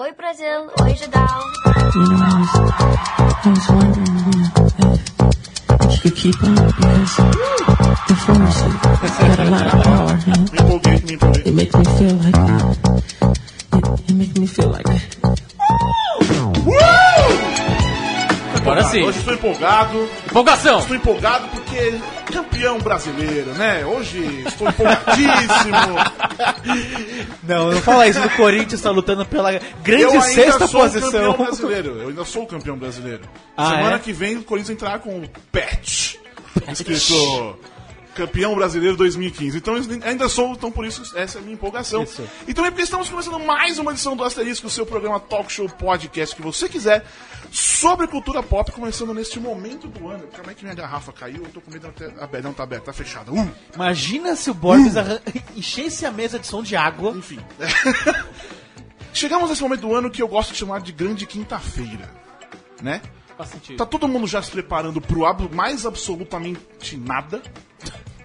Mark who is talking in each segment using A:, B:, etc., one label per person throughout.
A: Oi Brasil, oi Jadal.
B: You know, I was, I was wondering um, if, if you could keep on because the force has got a lot of power. You know?
C: Me empolguei, me empolguei.
B: It makes me feel like it, it makes me feel like
D: Agora sim.
C: Hoje estou empolgado,
D: Empolgação.
C: estou empolgado porque é campeão brasileiro, né? Hoje estou empolgadíssimo.
E: Não, não fala isso. O Corinthians tá lutando pela grande
C: eu ainda
E: sexta
C: sou o
E: posição.
C: campeão brasileiro. Eu ainda sou o campeão brasileiro.
E: Ah,
C: Semana
E: é?
C: que vem o Corinthians entrar com o Pet. Escrito Campeão Brasileiro 2015. Então eu ainda sou, então por isso essa é a minha empolgação.
E: Isso.
C: E também porque estamos começando mais uma edição do Asterisco, o seu programa Talk Show Podcast que você quiser sobre cultura pop, começando neste momento do ano. Como é que minha garrafa caiu? Eu tô com medo de ela ter aberta. Não tá aberta, tá fechada. Uh,
E: Imagina se o Borges arran- enchesse a mesa de som de água.
C: enfim. Chegamos nesse momento do ano que eu gosto de chamar de grande quinta-feira. Né?
D: Faz sentido.
C: Tá todo mundo já se preparando pro ab mais absolutamente nada.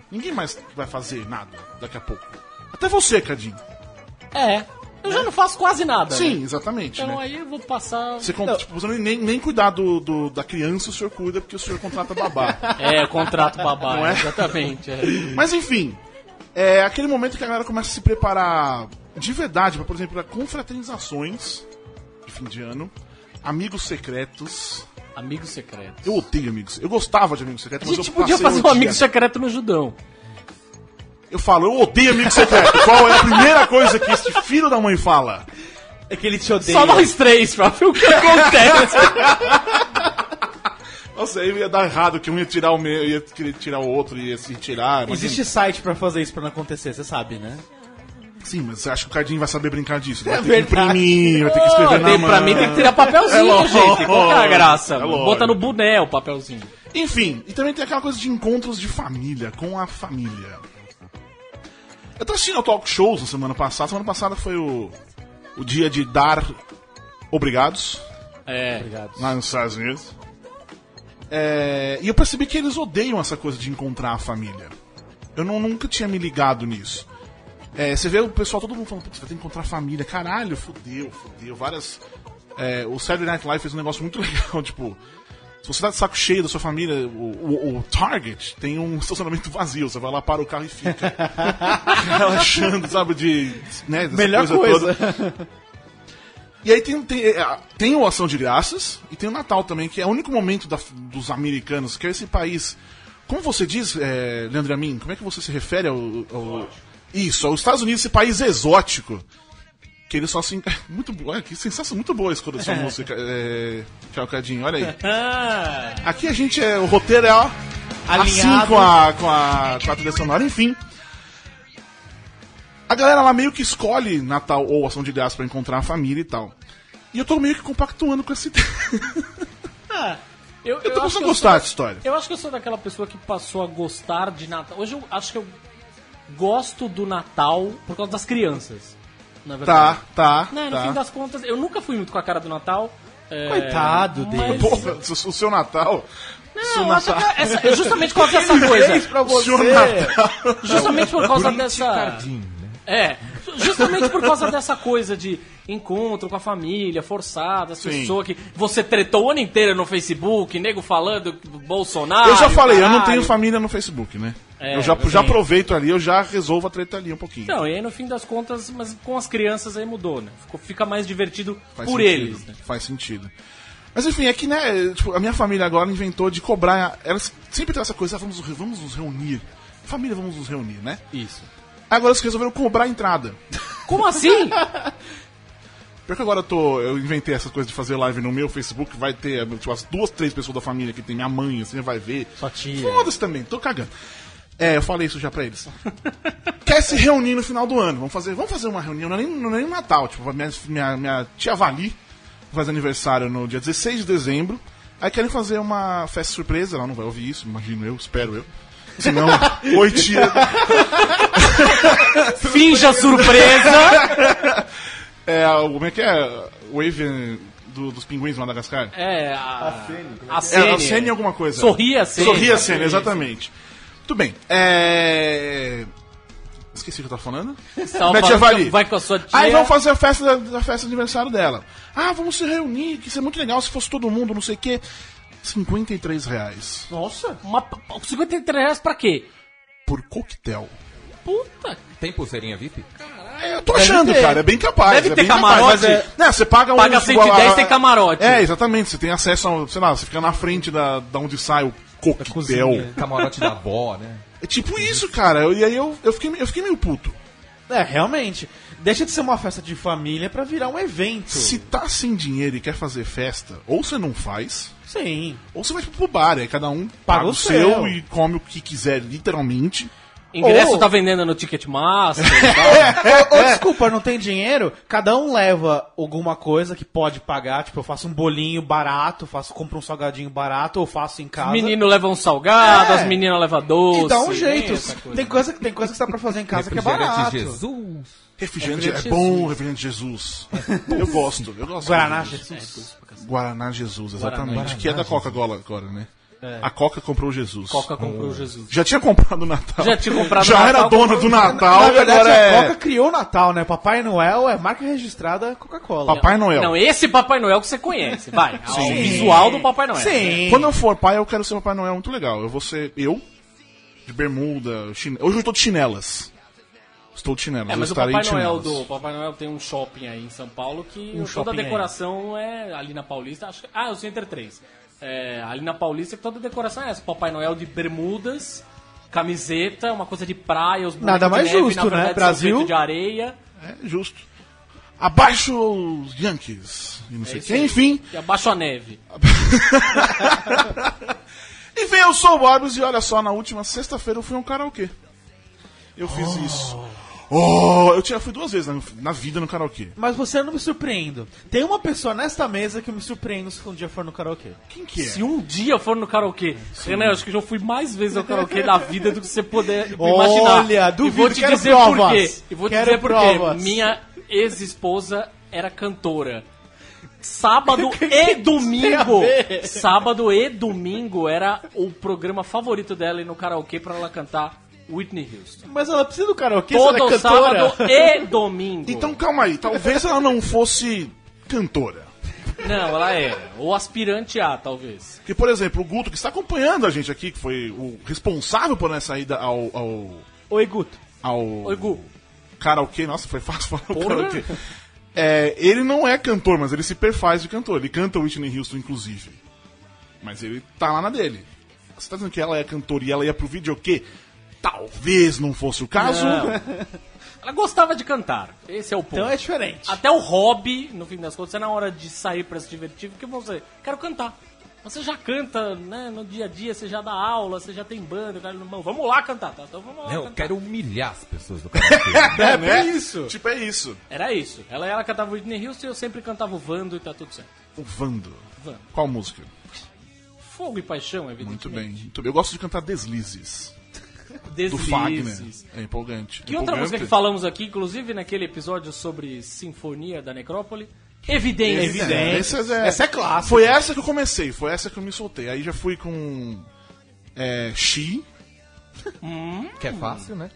C: Ninguém mais vai fazer nada daqui a pouco. Até você, Cadinho.
E: Tá-
D: É. Eu
E: Né?
D: já não faço quase nada.
C: Sim,
D: né?
C: exatamente.
D: Então
E: é
C: né?
D: aí eu vou passar.
C: Você, con- tipo, você nem, nem- nem cuidar do, do- da criança o senhor cuida porque o senhor contrata babá.
D: É, contrato
C: Não
D: babá.
C: é?
D: Exatamente. é.
C: Mas enfim, é aquele momento que a galera começa a se preparar de verdade, pra, por exemplo, pra confraternizações de fim de ano, amigos secretos.
D: Amigo secreto.
C: Eu odeio amigos. Eu gostava de amigos secretos,
D: A
C: mas
D: gente
C: eu
D: podia
C: passei
D: fazer
C: a
D: um amigo
C: odiar.
D: secreto no Judão.
C: Eu falo, eu odeio amigo secreto. Qual é a primeira coisa que este filho da mãe fala?
E: É que ele te odeia.
D: Só nós três, pra ver o que acontece.
C: Nossa, aí ia dar errado que um ia tirar o meu, ia querer tirar o outro, ia se tirar. imagina.
E: Existe site pra fazer isso pra não acontecer, você sabe, né?
C: Sim, mas você acha que o Cardinho vai saber brincar disso? Vai
E: É
C: ter que
E: verdade.
C: imprimir, vai ter que escrever na
D: Tem-
C: mão.
D: pra mim tem que tirar
C: É
D: papelzinho,
C: lógico.
D: gente. Qual que é a graça?
C: É lógico.
D: Bota no boné o papelzinho.
C: Enfim, e também tem aquela coisa de encontros de família, com a família. Eu tô assistindo ao talk shows na semana passada. Semana passada foi o, o dia de dar obrigados.
D: É.
C: lá nos Estados Unidos. É, e eu percebi que eles odeiam essa coisa de encontrar a família. Eu não- nunca tinha me ligado nisso. É, você vê o pessoal, todo mundo falando, putz, vai ter que encontrar a família. Caralho, fudeu, fudeu. Várias. é, o Saturday Night Live fez um negócio muito legal, tipo. Se você tá de saco cheio da sua família, o, o- o Target tem um estacionamento vazio. Você vai lá, para o carro e fica. Relaxando, sabe? De. Né, dessa
E: Melhor
C: toda.
E: coisa.
C: E aí tem, tem, é, tem o Ação de Graças e tem o Natal também, que é o único momento da- dos americanos, que é esse país. Como você diz, é, Leandro Amin, como é que você se refere ao. ao isso, aos Estados Unidos, esse país exótico. Que ele só se. en- Muito boa, que sensação muito boa a escolha da sua música, é, Calcadinho, olha aí.
D: Ah,
C: Aqui a gente é. O roteiro é, ó.
E: Alinhado.
C: Assim com a, com a, com a trilha sonora, enfim. A galera lá meio que escolhe Natal ou Ação de Graça pra encontrar a família e tal. E eu tô meio que compactuando com esse.
D: eu,
C: eu tô
D: acho que
C: começando a
D: eu assim.
C: gostar dessa história.
D: Eu acho que eu sou daquela pessoa que passou a gostar de Natal. Hoje eu acho que eu gosto do Natal por causa das crianças. Na
C: Tá,
D: verdade.
C: tá.
D: Né, no
C: tá.
D: fim das contas, eu nunca fui muito com a cara do Natal. é,
E: Coitado
D: mas-
E: dele.
C: Porra, o seu Natal.
D: Não, eu acho que essa- é justamente por causa dessa
E: Fez
D: coisa.
E: pra
C: O senhor
E: você.
C: Natal.
D: Justamente por causa dessa.
C: né?
D: É. Justamente por causa dessa coisa de encontro com a família, forçada, as
C: Sim.
D: pessoas que você tretou o ano inteiro no Facebook, nego falando do Bolsonaro.
C: eu já falei, eu não
D: caralho.
C: tenho família no Facebook, né?
D: É,
C: eu já,
D: eu
C: já
D: tenho.
C: aproveito ali, eu já resolvo a treta ali um pouquinho.
D: Não, e aí no fim das contas, mas com as crianças aí mudou, né? Ficou- fica mais divertido
C: Faz
D: por
C: sentido,
D: eles, né?
C: Faz sentido. Mas enfim, é que né, tipo, a minha família agora inventou de cobrar. Ela sempre tem essa coisa, ah, vamos, vamos nos reunir. Família, vamos nos reunir, né?
D: Isso.
C: Agora eles resolveram cobrar a entrada.
D: Como assim?
C: Porque agora eu tô. Eu inventei essa coisa de fazer live no meu Facebook, vai ter tipo, as duas, três pessoas da família que tem minha mãe, assim, vai ver.
E: Sua tia.
C: Foda-se também, tô cagando. É, eu falei isso já pra eles. Quer se reunir no final do ano? Vamos fazer, vamos fazer uma reunião, não é nem, não é nem Natal. Tipo, minha, minha, minha tia Vali faz aniversário no dia 16 de dezembro. Aí querem fazer uma festa surpresa, ela não vai ouvir isso, imagino eu, espero eu. Senão, oi tia,
D: Finja surpresa!
C: É, o- como é que é? Wave eh, do- dos pinguins de Madagascar?
D: É, a Sene. A
C: É, a
D: Sene.
C: Sene alguma coisa.
D: Sorria a Sene.
C: Sorria a Sene, exatamente. Muito bem. É... Esqueci o que eu tava falando.
D: Tava
C: Minha tia
D: falando
C: Vali.
D: que Então, Vai com a sua tia.
C: Aí vão fazer a festa, da, da festa de aniversário dela. Ah, vamos se reunir, que isso é muito legal se fosse todo mundo, não sei o quê. 53 reais
E: Nossa!
D: Uma, 53 reais pra quê?
C: por coquetel.
D: Puta.
F: Tem pulseirinha VIP?
C: É, Eu tô achando,
E: ter.
C: cara, é bem capaz.
D: Deve
C: é
D: ter
C: bem
D: camarote.
C: Capaz, mas, é- né, você paga um.
D: Paga 110, tem camarote.
C: É, exatamente. Você tem acesso, a, sei lá, você fica na frente da, da onde sai o coquetel.
F: Camarote da avó, né?
C: É tipo isso, cara. Eu- e aí eu, eu, fiquei, eu fiquei meio puto.
E: É, realmente. Deixa de ser uma festa de família pra virar um evento.
C: Se tá sem dinheiro e quer fazer festa, ou você não faz,
E: Sim.
C: ou você vai pro bar. Aí cada um paga,
E: o
C: o seu,
E: seu.
C: e come o que quiser, literalmente.
D: Ingresso
E: Ou-
D: tá vendendo no Ticketmaster.
E: Ou, desculpa, não tem dinheiro? Cada um leva alguma coisa que pode pagar. Tipo, eu faço um bolinho barato, faço, compro um salgadinho barato, ou faço em casa.
D: Menino leva um salgado,
E: É.
D: as meninas levam doce.
E: E dá um
D: Tem
E: jeito.
D: essa coisa.
E: Tem coisa, tem coisa que você dá pra fazer em casa que é
F: Refrigerante
E: barato.
F: Jesus.
C: Refrigerante é
D: Refrigerante
C: bom, refrigerante Jesus. Eu gosto, eu gosto.
E: Guaraná
C: de
E: Jesus.
C: Guaraná Jesus, exatamente.
D: Guaraná.
C: que é da Coca-Cola agora, né? A Coca comprou Jesus. É.
D: Coca comprou Jesus.
C: Já tinha comprado o Natal.
D: Já tinha comprado
C: Já
D: o
C: era
D: Natal,
C: dona do Natal
E: Na
C: e
E: verdade,
C: agora
E: a
C: é
E: Coca criou o Natal, né? Papai Noel é marca registrada Coca-Cola.
C: Papai Noel.
D: Não, esse Papai Noel que você conhece, vai. O visual do Papai Noel.
E: Sim.
C: Quando eu for pai, eu quero ser um Papai Noel muito legal. Eu vou ser eu, de bermuda, chine... Hoje eu tô de chinelas. Estou de chinelas.
D: É,
C: eu
D: mas o
C: estarei
D: Papai
C: de
D: Noel
C: chinelas.
D: do Papai Noel tem um shopping aí em São Paulo que toda a
E: Um shopping aí.
D: decoração é ali na Paulista, acho que, ah, é o Center 3. É, ali na Paulista que toda a decoração é essa, Papai Noel de bermudas, camiseta, uma coisa de praia, os bonecos
E: Nada mais
D: de neve,
E: justo,
D: na
E: né?
D: verdade, são
E: Brasil.
D: feitos de areia.
C: É justo. Abaixo os Yankees. E não sei o
D: É isso
C: quê.
D: aí.
C: Enfim.
D: E abaixo a neve.
C: Enfim, eu sou o Borbs e olha só, na última sexta-feira eu fui a um karaokê. Eu fiz isso. Oh, eu tinha fui duas vezes na, na vida no karaokê.
E: Mas você eu não me surpreendo. Tem uma pessoa nesta mesa que eu me surpreendo se um dia for no karaokê.
C: Quem que é?
D: Se um dia eu for no karaokê, Renan, eu acho que eu já fui mais vezes ao karaokê da vida do que você puder imaginar.
E: Olha, duvido,
D: e vou te
E: quero
D: dizer por quê.
E: provas.
D: E vou te
E: Quero
D: dizer por
E: provas.
D: quê. Minha ex-esposa era cantora. Sábado e domingo.
E: ver?
D: Sábado e domingo era o programa favorito dela ir no karaokê pra ela cantar Whitney Houston.
E: Mas ela precisa do karaokê,
D: Todo
E: ela é cantora.
D: sábado e domingo.
C: Então calma aí, talvez ela não fosse cantora.
D: Não, ela era. Ou aspirante A, talvez.
C: Porque, por exemplo, o Guto, que está acompanhando a gente aqui, que foi o responsável por essa ida ao. ao.
E: Oi, Guto.
C: ao
D: Oi, Gu.
C: karaokê, nossa, foi fácil falar o
D: Porra.
C: karaokê. É, ele não é cantor, mas ele se perfaz de cantor. Ele canta Whitney Houston, inclusive. Mas ele tá lá na dele. Você tá dizendo que ela é cantora e ela ia pro videokê? Talvez não fosse o caso. É,
D: Não. Ela gostava de cantar. Esse é o ponto.
E: Então é diferente.
D: Até o hobby, no fim das contas, é na hora de sair pra se divertir, porque você, quero cantar. Mas Você já canta, né, no dia a dia, você já dá aula, você já tem banda, cara, não, vamos lá cantar, tá? Então vamos lá
F: Não, eu
D: cantar.
F: quero humilhar as pessoas do karaokê.
C: É,
E: é isso.
C: Tipo, é isso.
D: Era isso. Ela, ela cantava Whitney Houston e eu sempre cantava o Vando e tá tudo certo.
C: O Vando.
D: Vando.
C: Qual música?
D: Fogo e paixão, evidentemente.
C: Muito bem. Muito bem. Eu gosto de cantar Deslizes. Do
D: Deslizes.
C: Fagner. É empolgante.
D: Que outra
C: Empolgante.
D: música que falamos aqui, inclusive naquele episódio sobre Sinfonia da Necrópole? Evidências.
C: É, essas é-
E: Essa é clássica.
C: Foi essa que eu comecei, foi essa que eu me soltei. Aí já fui com. É, Xi.
F: que é fácil, né?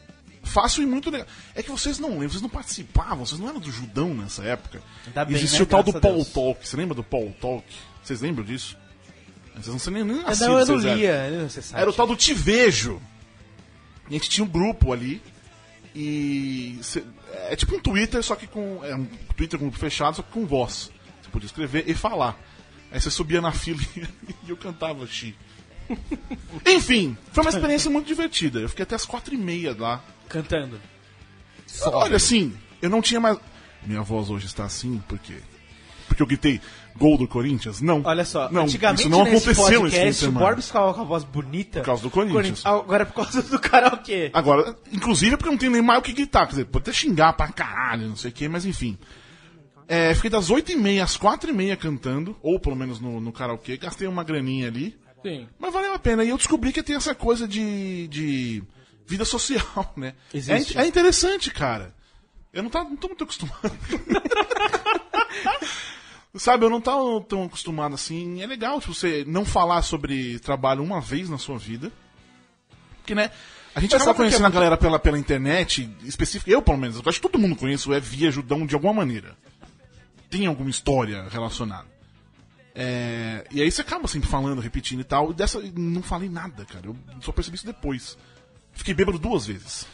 C: Fácil e muito legal. É que vocês não lembram, vocês não participavam, vocês não eram do Judão nessa época.
E: Ainda bem,
C: Existia
E: né?
C: o tal do
E: Graças a
C: Paul
E: Deus.
C: Talk. Você lembra do Paul Talk? Vocês lembram disso? Vocês não são nem, nem
E: Mas
C: nascidos,
E: não, eu não
C: vocês eram.
E: lia. eu não é sei se
C: Era o tal do Te Vejo. E a gente tinha um grupo ali. E. cê- é tipo um Twitter, só que com. É um Twitter com grupo fechado, só que com voz. Você podia escrever e falar. Aí você subia na fila e eu cantava Xi. Enfim, foi uma experiência muito divertida. Eu fiquei até as quatro e meia lá.
E: Cantando.
F: Só.
C: Olha, assim, eu não tinha mais. Minha voz hoje está assim, por quê? Porque eu gritei gol do Corinthians? Não.
E: Olha só,
C: não,
E: antigamente
C: isso não
E: nesse
C: aconteceu esse fim de
E: podcast, o
C: semana.
E: Borbs ficava com a voz bonita. Por
C: causa do Corinthians.
E: Agora é por causa do karaokê.
C: Agora, inclusive é porque eu não tenho nem mais o que gritar. Quer dizer, pode até xingar pra caralho, não sei o que, mas enfim. É, fiquei das 8h30 às 4h30 cantando, ou pelo menos no, no karaokê, gastei uma graninha ali,
D: Sim.
C: mas valeu a pena. E eu descobri que tem essa coisa de, de vida social, né? É,
E: Existe.
C: in- é interessante, cara. Eu não, tá, não tô muito acostumado. Sabe, eu não tava tão acostumado assim. É legal tipo, você não falar sobre trabalho uma vez na sua vida. Porque, né? A gente
F: Mas
C: acaba
F: sabe por que é
C: conhecendo a
F: muito-
C: galera pela, pela internet, específica, eu pelo menos, eu acho que todo mundo conhece o Evi Ajudão de alguma maneira. Tem alguma história relacionada. É, e aí você acaba sempre falando, repetindo e tal. E dessa, não falei nada, cara. Eu só percebi isso depois. Fiquei bêbado duas vezes.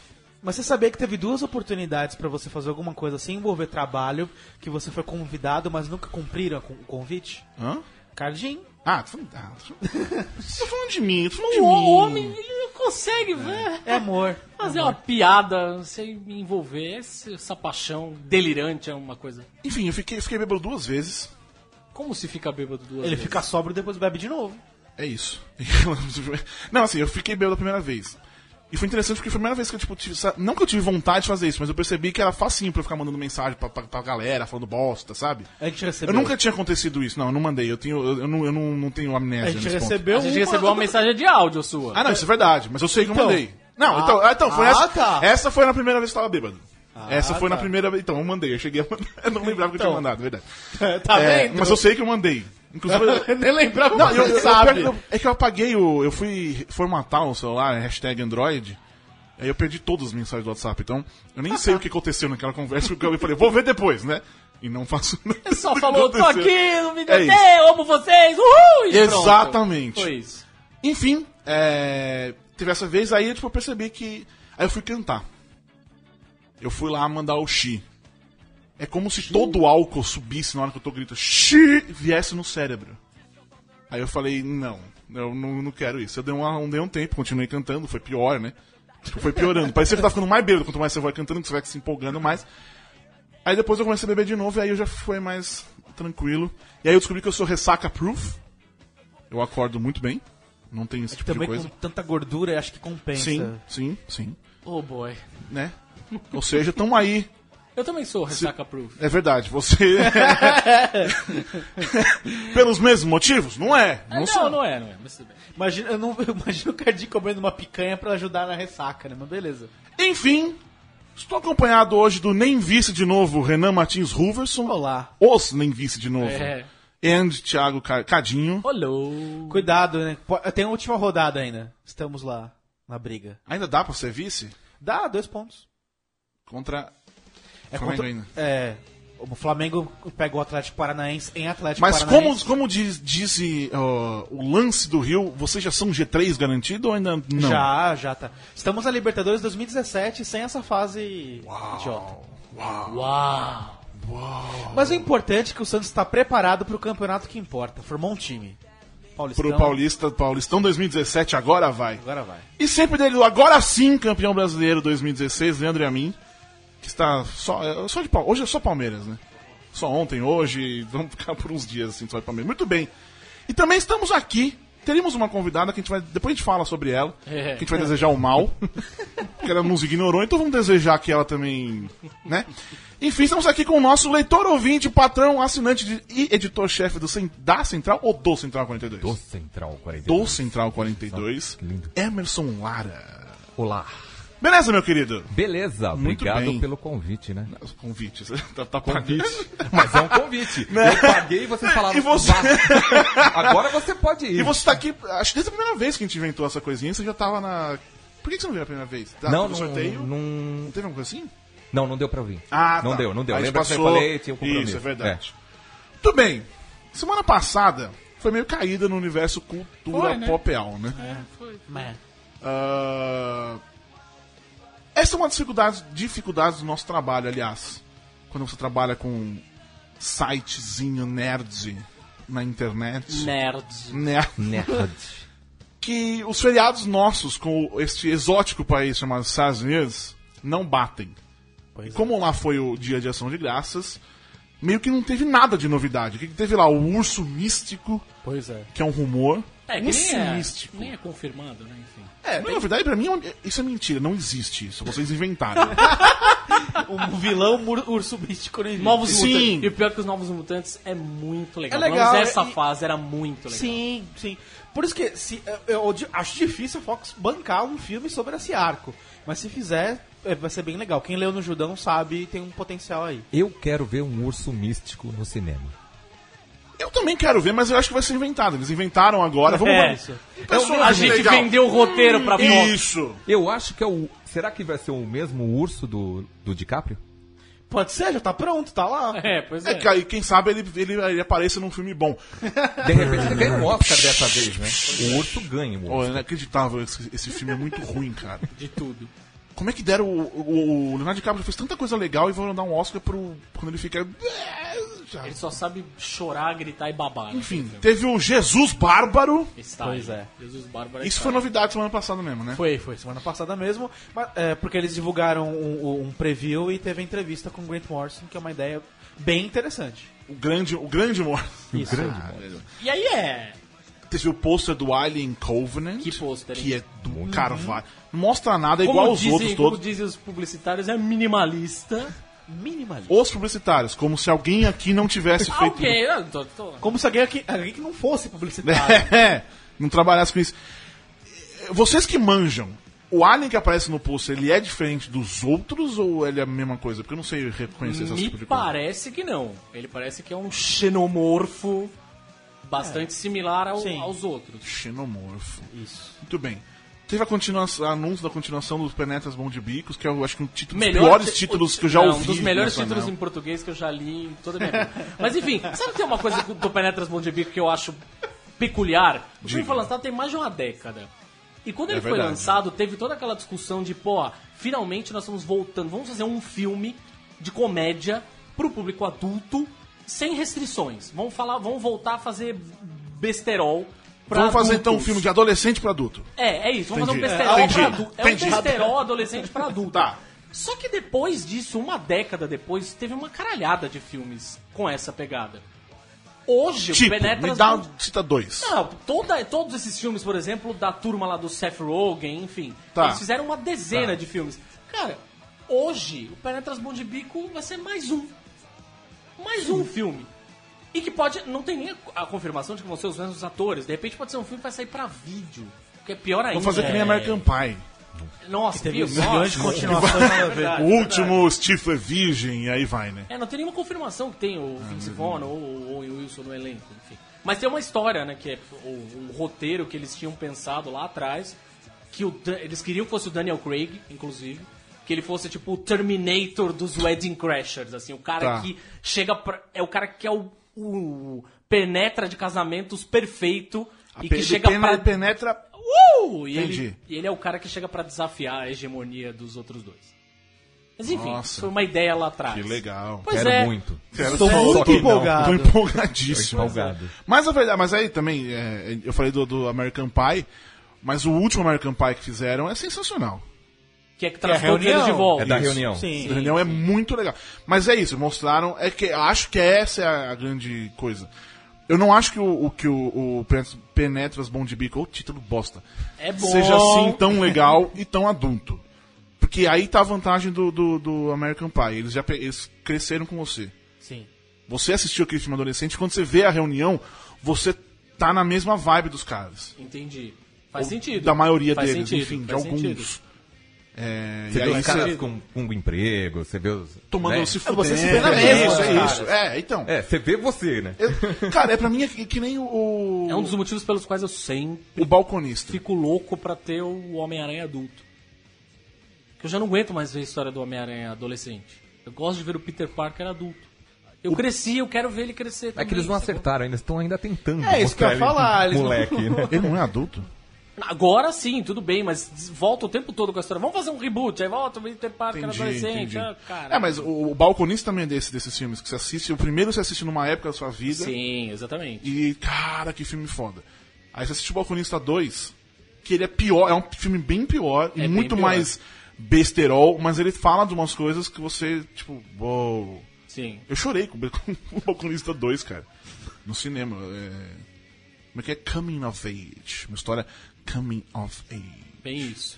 E: Mas você sabia que teve duas oportunidades pra você fazer alguma coisa sem envolver trabalho, que você foi convidado, mas nunca cumpriram com- o convite?
C: Hã?
E: Cardinho.
C: Ah, tô falando, ah, tô tô falando de mim, tô falando de
D: O
C: mim.
D: homem, ele não consegue velho,
E: É amor.
D: fazer uma piada sem me envolver. Esse- Essa paixão delirante é uma coisa.
C: Enfim, eu fiquei, fiquei bêbado duas vezes.
D: Como se fica bêbado duas
E: Ele
D: vezes?
E: fica sóbrio e depois bebe de novo.
C: É isso. não, assim, eu fiquei bêbado a primeira vez. E foi interessante porque foi a primeira vez que eu, tipo, tive, essa- não que eu tive vontade de fazer isso, mas eu percebi que era facinho pra eu ficar mandando mensagem pra, pra, pra galera, falando bosta, sabe?
E: A gente
C: Eu
E: recebeu.
C: nunca tinha acontecido isso, não, eu não mandei, eu, tenho, eu, eu não, eu não, não tenho amnésia
E: A gente
C: nesse ponto.
E: recebeu.
D: A gente
E: uma-
D: recebeu uma mensagem de áudio sua.
C: Ah, não, isso é verdade, mas eu sei que eu
E: Então.
C: mandei. Não,
E: Ah,
C: então, ah, então, foi
E: ah,
C: essa.
E: tá.
C: Essa foi na primeira vez que eu tava bêbado. essa foi na
E: tá.
C: primeira vez. Então, eu mandei, eu cheguei a mandar. Eu não lembrava que eu tinha mandado, é verdade.
E: tá
C: É,
E: vendo?
C: mas eu sei que eu mandei. Inclusive, eu-
E: Nem lembrava.
C: Não, eu, eu- eu-
E: sabe.
C: eu- é que eu apaguei o. Eu fui formatar o celular, né, hashtag Android. Aí eu perdi todas as mensagens do WhatsApp. Então, eu nem sei o que aconteceu naquela conversa, porque eu falei, vou ver depois, né? E não faço nada.
D: Ele só
C: do que
D: falou, tô
C: aconteceu.
D: aqui no
C: É
D: videogame,
C: isso.
D: eu amo vocês, uhul! e pronto.
C: Exatamente.
D: Foi isso.
C: Enfim, é, teve essa vez, aí tipo, eu percebi que. Aí eu fui cantar. Eu fui lá mandar o Xi. É como se todo o álcool subisse na hora que eu tô gritando Xi viesse no cérebro. Aí eu falei, não, eu não, não quero isso. Eu dei um, um- dei um tempo, continuei cantando, foi pior, né? Tipo, Foi piorando. Parecia que eu tava ficando mais bêbado quanto mais você vai cantando, que você vai se empolgando mais. Aí depois eu comecei a beber de novo, e aí eu já fui mais tranquilo. E aí eu descobri que eu sou ressaca proof. Eu acordo muito bem. Não tem esse tipo de
E: É Também
C: coisa.
E: com tanta gordura, acho que compensa.
C: Sim, sim, sim.
D: Oh boy.
C: Né? Ou seja, tamo aí.
D: Eu também sou ressaca proof.
C: É verdade, você. Pelos mesmos motivos? Não é. Não,
D: Não,
C: sou.
D: não, não é, não
E: né?
D: é, mas tudo bem.
E: Imagina, eu não, eu imagino o Cardinho comendo uma picanha pra ajudar na ressaca, né? Mas beleza.
C: Enfim, estou acompanhado hoje do Nem Vice de novo, Renan Martins Ruverson.
E: Olá.
C: Os Nem Vice de novo.
D: É.
C: And Thiago Ca- Cadinho.
D: Olô.
E: Cuidado, né? Po- Tem a última rodada ainda. Estamos lá, na briga.
C: Ainda dá pra ser vice?
E: Dá dois pontos.
C: Contra.
E: É
C: Flamengo
E: contra-
C: ainda.
E: É. O Flamengo pegou o Atlético Paranaense em Atlético
C: Mas como,
E: Paranaense.
C: como diz, disse ó, o lance do Rio, vocês já são G3 garantido ou ainda não?
E: Já, já tá. Estamos na Libertadores 2017 sem essa fase idiota.
D: Uau.
E: Mas o importante é que o Santos está preparado pro campeonato que importa. Formou um time. Paulistão.
C: Pro Paulista, Paulistão 2017, agora vai.
E: Agora vai.
C: E sempre dele, agora sim, campeão brasileiro 2016, Leandro Amin. Que está só. é, só de, Pal- hoje é só Palmeiras, né? Só ontem, hoje, vamos ficar por uns dias assim, só de Palmeiras. Muito bem. E também estamos aqui. Teremos uma convidada que a gente vai. Depois a gente fala sobre ela. Que
D: É.
C: a gente vai desejar o mal. que ela nos ignorou, então vamos desejar que ela também. né? Enfim, estamos aqui com o nosso leitor ouvinte, patrão, assinante de- e editor-chefe do Cen- da Central ou do Central 42?
F: Do Central 42.
C: do Central 42,
F: Que lindo.
C: Emerson Lara.
F: Olá.
C: Beleza, meu querido?
F: Beleza,
C: Muito
F: obrigado
C: bem.
F: pelo convite, né?
C: Os convites. Tá, tá
F: Convite. Mas é um convite. Eu paguei e tá vocês falaram.
C: Né? E você-
F: "Vá." Agora você pode ir.
C: E você tá aqui, acho que desde a primeira vez que a gente inventou essa coisinha, você já tava na. Por que que você não veio a primeira vez? Tá,
F: Não,
C: no
F: não,
C: sorteio? Não...
F: não,
C: teve alguma coisa assim?
F: não, não deu pra vir.
C: Ah,
F: não
C: tá.
F: deu, não deu.
C: Aí
F: Lembra que eu
C: passou-
F: falei, tinha um compromisso. É.
C: Isso, é verdade. Tudo bem. Semana passada foi meio caída no universo cultura
D: Foi, né? É,
C: popeal, né?
E: Mas-
C: Ah, Essa é uma das dificuldades, dificuldades do nosso trabalho, aliás. Quando você trabalha com um sitezinho nerd na internet.
D: Nerds.
C: Nerd.
F: É. Nerd.
C: que os feriados nossos com este exótico país chamado Estados Unidos não batem. E
E: é.
C: como lá foi o dia de ação de graças, meio que não teve nada de novidade. O que que teve lá? O urso místico,
E: Pois é.
C: que é um rumor.
D: É, que
C: urso
D: nem é,
C: místico.
D: nem é confirmado, né? Enfim.
C: É, na verdade, pra mim, é uma- isso é mentira. Não existe isso. Vocês inventaram.
E: O Um vilão mur- urso místico não existe.
D: Novos
C: Sim.
D: Mutantes. E o pior que os Novos Mutantes é muito legal.
E: É legal,
D: Mas essa
E: e-
D: fase era muito legal.
E: Sim, sim. Por isso que se, eu, eu di- acho difícil a Fox bancar um filme sobre esse arco. Mas se fizer, é, vai ser bem legal. Quem leu no Judão sabe tem um potencial aí.
F: Eu quero ver um urso místico no cinema.
C: Eu também quero ver, mas eu acho que vai ser inventado. Eles inventaram agora, vamos
D: É.
C: ver. Pessoal,
D: a gente
C: legal.
D: vendeu o roteiro pra Fox.
C: Isso.
F: Eu acho que é o. Será que vai ser o mesmo urso do, do DiCaprio?
E: Pode ser, já tá pronto, tá lá.
D: É, pois
C: É,
D: é.
C: que aí, quem sabe ele, ele, ele apareça num filme bom.
F: De repente ele ganha um Oscar dessa vez, né? O urso ganha o
C: Oh, é
F: Oscar.
C: inacreditável, esse, esse filme é muito ruim, cara.
D: De tudo.
C: Como é que deram o, o, o Leonardo DiCaprio fez tanta coisa legal e vão dar um Oscar pro quando ele fica Já.
D: Ele só sabe chorar, gritar e babar. né?
C: Enfim, teve o Jesus Bárbaro.
D: Está
E: Pois
D: aí.
E: é.
D: Jesus Bárbara
C: Isso
D: está
C: foi
D: aí.
C: novidade semana passada mesmo, né?
E: Foi, foi, semana passada mesmo, mas, é, porque eles divulgaram um, um- um preview e teve a entrevista com o Grant Morrison, que é uma ideia bem interessante.
C: O grande, o grande amor.
E: Isso.
D: E aí é.
C: Teve o pôster do Alien Covenant.
D: Que pôster, hein?
C: Que é do Carvalho. Não mostra nada, é
D: Como,
C: igual aos
D: dizem,
C: outros
D: como
C: todos.
D: dizem os publicitários, é minimalista. Minimalista.
C: Os publicitários, como se alguém aqui não tivesse
D: Ah,
C: feito.
D: ok. eu tô- tô-
E: Como se alguém, aqui, alguém que não fosse publicitário.
C: É, não trabalhasse com isso. Vocês que manjam, o alien que aparece no pulso, ele é diferente dos outros ou ele é a mesma coisa? Porque eu não sei reconhecer essas
D: Me
C: tipo de coisa.
D: parece que não. Ele parece que é um xenomorfo
C: É.
D: bastante similar ao-
E: Sim.
D: aos outros.
C: Xenomorfo.
E: Isso.
C: Muito bem. Teve a continuação, anúncio da continuação dos Penetras Bom de Bicos, que eu acho que é um título dos
D: Melhor-
C: piores títulos que eu já
D: Não,
C: ouvi.
D: Um dos melhores
C: nessa
D: títulos em
C: anel.
D: português que eu já li em toda a minha vida. Mas enfim, sabe que tem uma coisa do Penetras Mondebico que eu acho peculiar? O filme
C: Diga. É
D: foi lançado tem mais de uma década. E quando ele foi
C: verdade.
D: lançado, teve toda aquela discussão de, pô, finalmente nós estamos voltando, vamos fazer um filme de comédia pro público adulto, sem restrições. Vamos falar, vamos voltar a fazer besterol pra
C: Vamos fazer então um
D: adultos.
C: filme de adolescente pra adulto.
D: É, é isso. Vamos
C: Entendi.
D: fazer um besterol
C: Entendi.
D: pra adulto. É um
C: Entendi.
D: besterol adolescente pra adulto.
C: Tá.
D: Só que depois disso, uma década depois, teve uma caralhada de filmes com essa pegada. Hoje,
C: Tipo,
D: o Penetras...
C: me dá,
D: não-
C: cita dois.
D: Não, toda, todos esses filmes, por exemplo, da turma lá do Seth Rogen, enfim.
C: Tá.
D: Eles fizeram uma dezena de filmes. Cara, hoje, o Penetras Bom de Bico vai ser mais um. Mais um filme. E que pode. Não tem nem a, a confirmação de que vão ser os mesmos atores. De repente pode ser um filme que vai sair pra vídeo. Que é pior ainda.
C: Vamos fazer que nem
D: É.
C: American Pie.
D: Nossa,
E: Teve
D: viu?
E: milhões de
D: Nossa.
E: continuações nada a ver.
C: O último Stifler é virgem, e aí vai, né?
D: É, não tem nenhuma confirmação que tem
C: Ah,
D: o Vince Vaughn ou, ou o Wilson no elenco, enfim. Mas tem uma história, né, que é o, um roteiro que eles tinham pensado lá atrás, que o Dan- eles queriam que fosse o Daniel Craig, inclusive, que ele fosse tipo o Terminator dos Wedding Crashers, assim, o cara
C: Tá.
D: que chega pra, é o cara que é o, o penetra de casamentos perfeito
C: A
D: e
C: pe-
D: que
C: ele
D: chega
C: pena-
D: pra...
C: ele penetra
D: Uh! E
C: Entendi.
D: ele, e ele é o cara que chega pra desafiar a hegemonia dos outros dois. Mas enfim,
C: Nossa.
D: foi uma ideia lá atrás.
C: Que legal.
D: Pois
F: Quero
D: é.
F: muito.
C: Quero
E: Estou
C: só-
E: muito
C: só que não.
E: empolgado.
C: Tô empolgadíssimo.
F: Tô empolgado.
C: Mas é. a verdade, mas aí também, é, eu falei do, do American Pie, mas o último American Pie que fizeram é sensacional.
D: Que é que traz
E: Que é
D: todos eles de
E: reunião.
D: volta.
F: É da
C: Isso.
F: reunião.
C: A
E: Sim.
C: reunião é muito legal. Mas é isso, mostraram. É que eu acho que essa é a, a grande coisa. Eu não acho que o, o- que o, o Penetras- Penetras Bom de Bico, ou título bosta,
D: É bom.
C: seja assim tão legal e tão adulto. Porque aí tá a vantagem do, do, do American Pie. Eles já pe- eles cresceram com você.
E: Sim.
C: Você assistiu aquele filme adolescente, quando você vê a reunião, você tá na mesma vibe dos caras.
D: Entendi. Faz
C: Ou
D: sentido.
C: Da maioria
D: Faz
C: deles,
D: sentido,
C: enfim, de
D: faz
C: alguns.
D: sentido.
C: É,
F: Você
C: e
F: vê
C: aí
F: os
C: você
F: caras com, com emprego, você vê os.
C: tomando
F: né?
C: se
E: É,
C: fudendo.
E: você se vê na
C: é
E: mesma,
C: isso, é
E: cara.
C: isso. É, então.
F: É, você vê você, né?
C: Eu- cara, é pra mim é que, que nem o.
D: É um dos motivos pelos quais eu sempre
C: o balconista.
D: fico louco pra ter o Homem-Aranha adulto. Que eu já não aguento mais ver a história do Homem-Aranha adolescente. Eu gosto de ver o Peter Parker adulto. Eu cresci, eu quero ver ele crescer
F: É
D: também. tá
F: que eles não
D: sacou?
F: acertaram ainda, estão ainda tentando.
E: É isso que eu ia
F: mostrar ele
E: falar, eles não-
F: Moleque, né?
C: Ele não é adulto?
D: Agora sim, tudo bem, mas volta o tempo todo com a história. Vamos fazer um reboot, aí volta o Peter Parker
C: Entendi,
D: adolescente.
C: entendi.
D: ah, cara.
C: É, mas o, o balconista também é desse, desses filmes que você assiste. O primeiro você assiste numa época da sua vida.
D: Sim, exatamente.
C: E, cara, que filme foda. Aí você assiste o Balconista 2, que ele é pior, é um filme bem pior e
D: É bem
C: muito
D: pior.
C: mais besterol, mas ele fala de umas coisas que você, tipo, uou.
D: Sim.
C: Eu chorei com o Bal- com o Balconista 2, cara. No cinema. É... Como é que é? Coming of Age. Uma história Coming of Age.
D: Bem isso.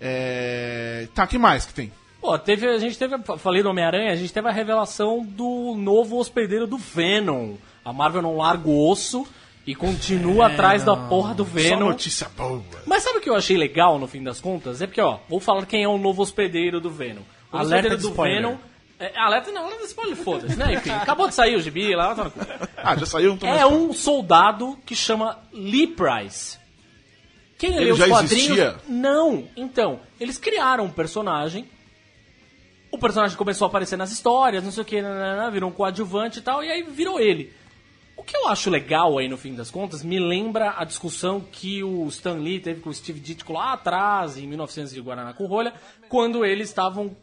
C: É... Tá, que mais que tem?
D: Pô, teve, a gente teve, falei do Homem-Aranha, a gente teve a revelação do novo hospedeiro do Venom. A Marvel não larga o osso e
E: É,
D: continua atrás da porra do
C: Só
D: Venom.
C: notícia boa.
D: Mas sabe o que eu achei legal no fim das contas? É porque, ó, vou falar quem é o novo hospedeiro do Venom. O
E: Alerta
D: hospedeiro
E: de
D: do
E: spoiler.
D: Venom É, alerta não, alerta spoiler, foda-se, né? Enfim, acabou de sair o gibi lá, tá no cu.
C: Ah, já saiu, não tô mais
D: É um soldado que chama Lee Price. Quem
C: Ele
D: lê os
C: já
D: quadrinhos.
C: existia?
D: Não, então, eles criaram um personagem. O personagem começou a aparecer nas histórias, não sei o que, virou um coadjuvante e tal, e aí virou ele. O que eu acho legal aí no fim das contas me lembra a discussão que o Stan Lee teve com o Steve Ditko lá atrás, em 1900 de Guaraná com Rolha, quando eles estavam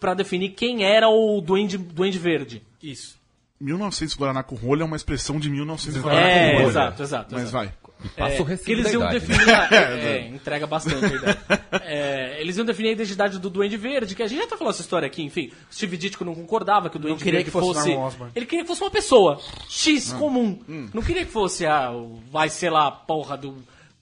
D: pra definir quem era o Duende, Duende Verde. Isso.
C: 1900 Guaraná com rolha é uma expressão de 1900 Guaraná com
D: É,
C: rolha.
D: exato, exato.
C: Mas
D: exato.
C: vai.
F: Passa o
D: É,
F: recibo
D: que eles
F: da
D: iam
F: idade, né?
D: definir. a- é, entrega bastante a idade. É, eles iam definir a identidade do Duende Verde, que a gente já tá falando essa história aqui, enfim. O Steve Ditko não concordava que o Duende
E: queria
D: Verde
E: que fosse
D: fosse.
E: Norman Osborn.
D: ele queria que fosse uma pessoa. X comum. Não queria que fosse, ah, o- vai ser lá, porra, do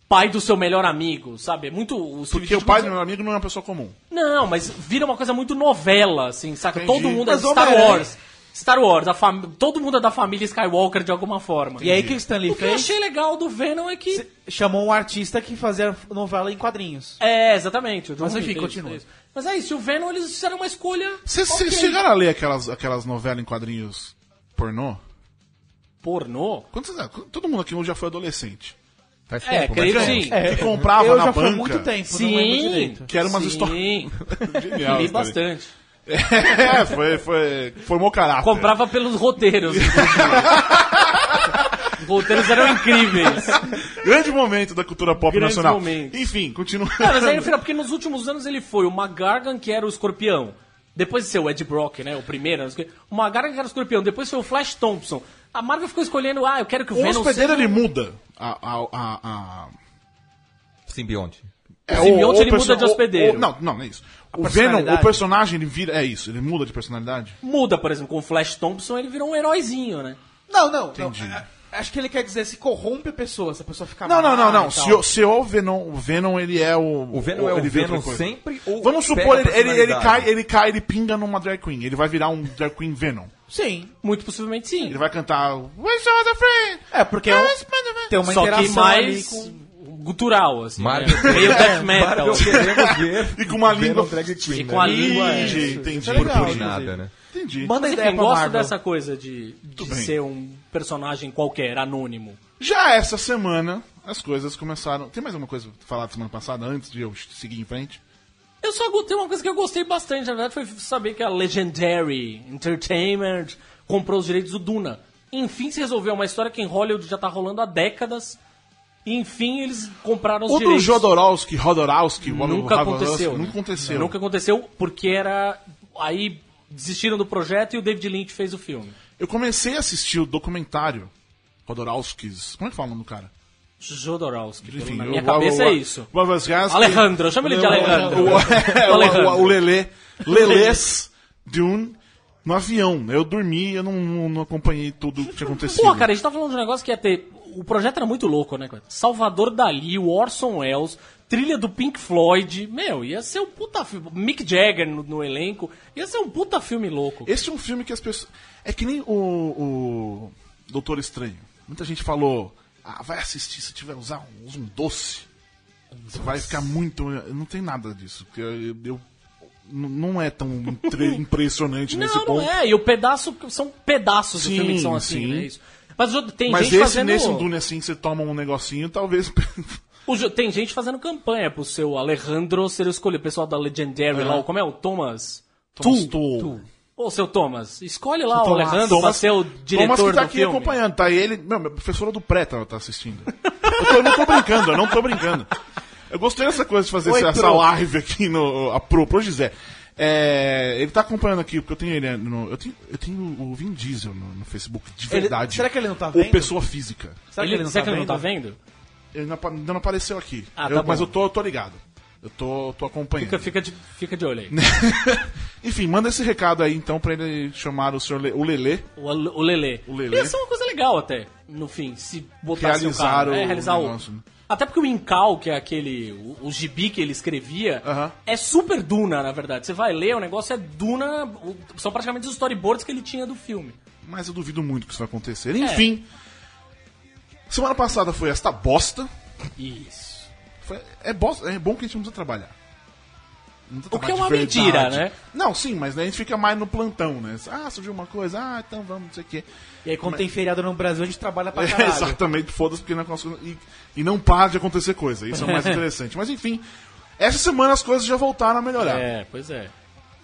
D: pai do seu melhor amigo, sabe? É muito. O Steve
C: Porque o
D: Ditko-
C: pai do meu amigo não é uma pessoa comum.
D: Não, mas vira uma coisa muito novela, assim, saca?
C: Entendi.
D: Todo mundo é
E: Mas
D: Star
E: Homem-Aranha.
D: Wars. Star Wars, a fami- todo mundo é da família Skywalker de alguma forma.
E: E aí o que o Stanley
D: o que eu
E: fez?
D: achei legal do Venom é que.
E: Chamou um artista que fazia novela em quadrinhos.
D: É, exatamente. o John
E: Mas enfim,
D: Romita, isso,
E: continua.
D: isso. Mas é isso, o Venom eles fizeram uma escolha.
C: Vocês
D: ok.
C: vocês chegaram a ler aquelas, aquelas novelas em quadrinhos pornô?
D: Pornô?
C: Quantos, todo mundo aqui um já foi adolescente.
F: Faz
D: É,
F: tempo,
D: creio
F: mas
D: que
F: é.
D: sim.
C: que comprava
E: eu
C: na
E: já fui
C: banca.
E: muito tempo, não lembro
D: Sim.
E: direito.
C: Que era umas
D: Sim.
C: histórias- Genial,
D: Li
C: história.
D: bastante.
C: É, foi, foi, formou caráter.
D: Comprava pelos roteiros. inclusive. Os roteiros eram incríveis.
C: Grande momento da cultura pop
D: Grande
C: nacional.
D: momento.
C: Enfim, continua.
D: Não, mas aí no final, porque nos últimos anos ele foi o McGargan, que era o escorpião. Depois de ser o Ed Brock, né? O primeiro. não sei o quê. O McGargan, que era o escorpião. Depois foi o Flash Thompson. A Marvel ficou escolhendo, ah, eu quero que o
C: o
D: Venom
C: hospedeiro
D: seja...
C: ele muda. A, a, a, a...
F: Simbionte.
C: É,
D: simbionte, ele
C: perso-
D: muda de hospedeiro.
C: o- não, não, não é isso. o Venom,
E: personalidade.
C: o personagem, ele vira. É isso, ele muda de personalidade.
D: Muda, por exemplo, com o Flash Thompson, ele virou um heróizinho, né?
E: Não, não, não.
C: Entendi.
E: A- Acho que ele quer dizer se corrompe a pessoa, se a pessoa fica
C: Não, não, não, não. Se, o-
E: senhor.
C: se o Venom, o Venom ele é o.
F: O Venom é
C: ele
F: o
C: vira
F: Venom
C: outra coisa.
F: sempre ou
C: Vamos
F: pega
C: supor,
F: a
C: ele, ele, ele
F: personalidade?
C: cai, ele cai, ele pinga numa drag queen. Ele vai virar um drag queen Venom.
E: Sim.
D: Muito possivelmente sim.
C: Ele vai cantar. Where's your other friend?
E: É, porque é um-
C: Where's my other friend?"
E: tem uma
D: Só que
E: interação
D: mais
E: ali
D: gutural, assim.
F: Marvel.
D: Né?
C: É,
D: Meio death metal.
F: Marvel queremos ver
C: E com uma
F: Venom
C: língua-
F: drag queen,
D: E com a
F: né?
D: língua. é.
C: Entendi, entendi.
E: é legal.
F: Purpurinada, né?
C: Entendi.
E: com... Manda
D: Mas
E: ideia
D: enfim,
E: pra
D: gosto
E: Marvel.
D: dessa coisa de, de
C: bem.
D: ser um personagem qualquer, anônimo.
C: Já essa semana, as coisas começaram. Tem mais alguma coisa pra falar da semana passada antes de eu seguir em frente?
D: Eu só gostei, uma coisa que eu gostei bastante, na verdade, foi saber que a Legendary Entertainment comprou os direitos do Duna. Enfim, se resolveu uma história que em Hollywood já tá rolando há décadas. Enfim, eles compraram os
C: O do
D: direitos.
C: Jodorowsky, Rodorowski,
D: Nunca aconteceu. né?
C: Nunca aconteceu.
D: Nunca aconteceu porque era. Aí desistiram do projeto e o David Lynch fez o filme.
C: Eu comecei a assistir o documentário Rodorowskis. Como é que fala o nome do cara?
D: Jodorowsky. pelo-
C: Enfim, né?
D: na
C: o-
D: minha
C: o-
D: cabeça
C: o-
D: é isso.
C: o- o- o-
D: Alejandro, chama ele de
C: o-
D: Alejandro.
C: O, é, o,
D: Alejandro.
C: o- o Lelê. Lelês Dune no avião. Eu dormi, eu não, não- não acompanhei tudo que tinha acontecido.
D: Pô, cara, a gente tá falando de um negócio que ia ter. O projeto era muito louco, né, cara? Salvador Dali, o Orson Welles, trilha do Pink Floyd. Meu, ia ser um puta filme. Mick Jagger no, no elenco. Ia ser um puta filme louco.
C: Esse é um filme que as pessoas. É que nem o, o Doutor Estranho. Muita gente falou: ah, vai assistir, se tiver usar um, usa um doce. Você vai ficar muito. Não tem nada disso. porque Eu, eu- n- não é tão impre- impressionante
D: Não,
C: nesse
D: não
C: ponto.
D: é. E o pedaço. São pedaços
C: Sim,
D: do filme que são assim,
C: sim.
D: né? Isso. Mas o- tem
C: Mas
D: gente
C: esse,
D: fazendo.
C: nesse Dune assim, você toma um negocinho, talvez.
D: o jo- tem gente fazendo campanha pro seu Alejandro ser o escolhido. O pessoal da Legendary lá, o- como é? O Thomas.
C: Thomas
D: Tu.
C: Tull.
D: Tu. Ô, seu Thomas, escolhe lá o
E: Thomas.
D: Alejandro pra ser o diretor
C: Thomas que tá
D: do
C: aqui
D: filme.
C: acompanhando, tá? E ele. Meu, minha professora do pré tá, tá assistindo. Eu, tô- eu não tô brincando, eu não tô brincando. Eu gostei dessa coisa de fazer
E: Oi,
C: essa, essa
E: Pro.
C: live aqui no. A Pro, Pro Gisé. É, ele tá acompanhando aqui, porque eu tenho ele no. Eu tenho, eu tenho o Vin Diesel no, no Facebook, de
E: Ele-
C: verdade.
E: será que ele não tá
C: Ou
E: vendo?
C: pessoa física.
E: Será que ele não
D: será
E: tá
D: que ele não tá
E: vendo?
D: vendo?
C: Ele não, apa- ainda não apareceu aqui.
D: Ah, tá
C: Eu- mas
D: bom.
C: eu tô, eu tô ligado. Eu tô, tô acompanhando.
D: Fica, fica, de, fica de
C: Hum.
D: olho aí.
C: Enfim, manda esse recado aí então pra ele chamar o senhor Le, o Lelê.
D: O, Ale- o Lelê.
C: O Lelê.
D: Ia ser uma coisa legal até, no fim, se botasse
C: Realizar
D: o cara.
C: o
D: é, realizar o...
C: negócio, né?
D: Até porque o Incal, que é aquele... O, o gibi que ele escrevia,
C: Aham.
D: é super Duna, na verdade. Você vai ler, o negócio é Duna... o- São praticamente os storyboards que ele tinha do filme.
C: Mas eu duvido muito que isso vai
D: É.
C: acontecer. Enfim. Semana passada foi esta bosta.
D: Isso.
C: Foi- é, bosta- é bom que a gente não precisa trabalhar. Não
D: O que
C: mais
D: é
C: de
D: uma
C: verdade.
D: mentira, né?
C: Não, sim, mas né, a gente fica mais no plantão, né? Ah, surgiu uma coisa, ah, então vamos, não sei o quê.
E: E aí, quando tem feriado no Brasil, a gente trabalha pra
C: É,
E: caralho.
C: exatamente, foda-se, porque não é acontece coisa- e, e não para de acontecer coisa. Isso é o mais interessante. Mas enfim, essa semana as coisas já voltaram a melhorar.
D: É, pois é.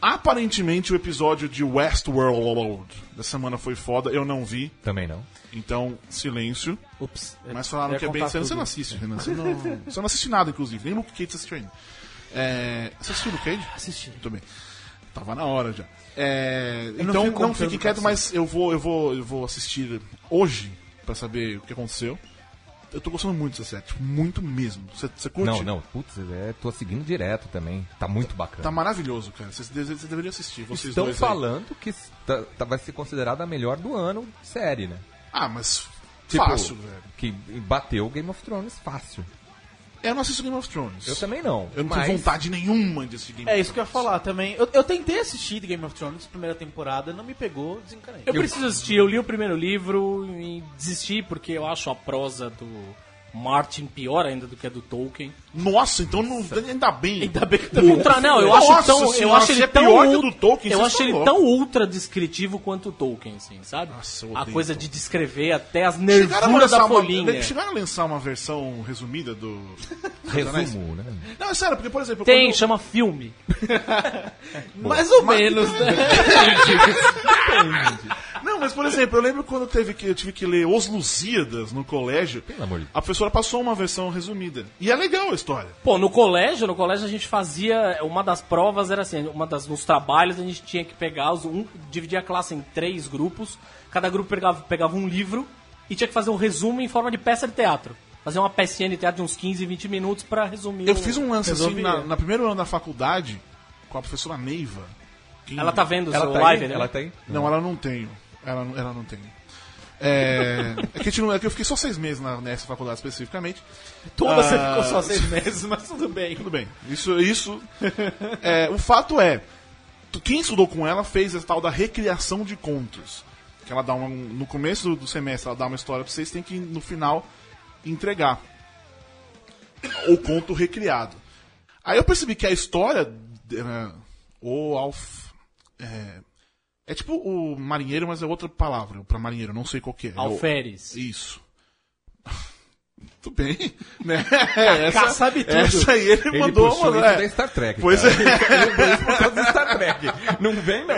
C: Aparentemente o episódio de Westworld da semana foi foda, eu não vi,
F: Também não.
C: então silêncio.
E: Ups.
C: Mas falaram
E: Eu ia
C: que é bem.
E: contar
C: Você,
E: tudo.
C: você não assiste, Renan. Você não, você não assiste nada, inclusive. Nem Luke Cage você assistiu ainda. É, você assistiu Luke Cage?
E: Assisti.
C: Muito bem. Tava na hora já. É,
E: não
C: então
E: fico
C: não,
E: contando
C: fique quieto,
E: pra
C: mas eu vou, eu, vou, eu vou assistir hoje pra saber o que aconteceu. Eu tô gostando muito dessa série, tipo, muito mesmo. Você, você curte?
F: Não, não. Putz, é, tô seguindo direto também. Tá muito bacana.
C: Tá maravilhoso, cara. Você, deve- você deveria assistir, vocês
F: Estão
C: dois aí.
F: falando que tá- tá- vai ser considerada a melhor do ano série, né?
C: Ah, mas
F: Tipo,
C: fácil, velho.
F: Que bateu Game of Thrones fácil.
C: Eu não assisto Game of Thrones.
F: Eu também não.
C: Eu não
F: mas
C: tenho vontade nenhuma de assistir Game
E: É
C: of
E: isso que eu ia falar também. Eu, eu tentei assistir The Game of Thrones, primeira temporada, não me pegou, desencanei.
D: Eu preciso assistir, eu li o primeiro livro e desisti porque eu acho a prosa do Martin pior ainda do que a do Tolkien.
C: Nossa, então não, ainda bem.
E: Ainda bem que também.
D: Ultra, não, eu
C: Nossa
D: acho tão, eu
C: senhora,
D: acho
C: se
D: ele
C: é
D: tão
C: pior que o
D: ul-
C: do Tolkien, tá
D: eu
C: vocês
D: acho
C: estão
D: ele
C: loucos.
D: tão ultra descritivo quanto o Tolkien, assim, sabe?
C: Nossa, eu
D: a
C: odeio
D: coisa
C: Tolkien.
D: de descrever até as
C: Chegaram a
D: nervuras
C: lançar
D: da
C: uma-
D: folhinha.
C: chegaram a lançar uma versão resumida do.
F: Resumo, né?
C: Não, é sério, porque, por exemplo.
D: Tem,
C: quando-
D: chama filme.
E: Mais ou menos, né?
C: Não, mas por exemplo, eu lembro quando teve que, eu tive que ler Os Lusíadas no colégio.
F: Pelo amor de Deus.
C: A professora passou uma versão resumida. E é legal a história.
D: Pô, no colégio, no colégio a gente fazia. é, Uma das provas era assim, uma das nos trabalhos a gente tinha que pegar os um, dividir a classe em três grupos. Cada grupo pegava, pegava um livro e tinha que fazer um resumo em forma de peça de teatro. Fazer uma pecinha de teatro de uns 15, 20 minutos pra resumir.
C: Eu
D: o-
C: fiz um lance assim
D: resumir.
C: na, na primeiro ano da faculdade com a professora Neiva. Quem-
D: Ela tá vendo o
F: Ela
D: seu
F: tá
D: live,
F: aí?
D: né?
F: Ela tá aí?
C: Não, ela não tem. Ela, não- ela não tem. É, é, que a gente não- é que eu fiquei só seis meses na- nessa faculdade especificamente.
E: Toda você
C: Ah.
E: ficou só seis meses, mas tudo bem.
C: Tudo bem. Isso, isso. é, o fato é, tu- quem estudou com ela fez a tal da recriação de contos. Que ela dá uma, no começo do semestre, ela dá uma história pra vocês, tem que no final entregar o conto recriado. Aí eu percebi que a história eh, o Alf é, é tipo o marinheiro, mas é outra palavra pra marinheiro, não sei qual que é. É o-
D: Alferes.
C: isso. Tudo bem, né?
E: Kaká sabe tudo.
C: Essa aí ele,
F: Ele
C: mandou
F: puxou
C: uma.
F: isso
C: é.
F: da Star Trek.
C: Pois
F: cara.
C: é.
F: Ele lembrou isso por causa do Star Trek. Não vem, não.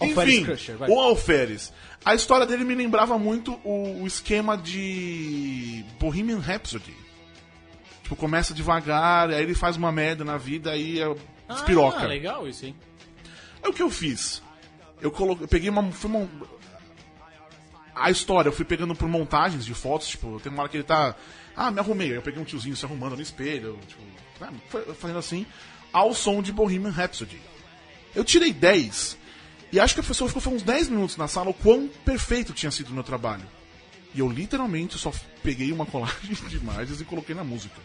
E: Alferes
C: Enfim,
E: Crusher, vai.
C: o Alferes. A história dele me lembrava muito o, o esquema de Bohemian Rhapsody. Tipo, começa devagar, aí ele faz uma merda na vida, aí é
D: Ah,
C: despiroca.
D: legal isso, hein?
C: É o que eu fiz. Eu, coloquei, eu peguei uma. Fui mon- A história, eu fui pegando por montagens de fotos, tipo, tem uma hora que ele tá. Ah, me arrumei. Aí eu peguei um tiozinho se arrumando no espelho, tipo, né, foi- fazendo assim, ao som de Bohemian Rhapsody. Eu tirei 10. E acho que a pessoa ficou foi uns 10 minutos na sala o quão perfeito tinha sido o meu trabalho. E eu literalmente só peguei uma colagem de imagens e coloquei na música.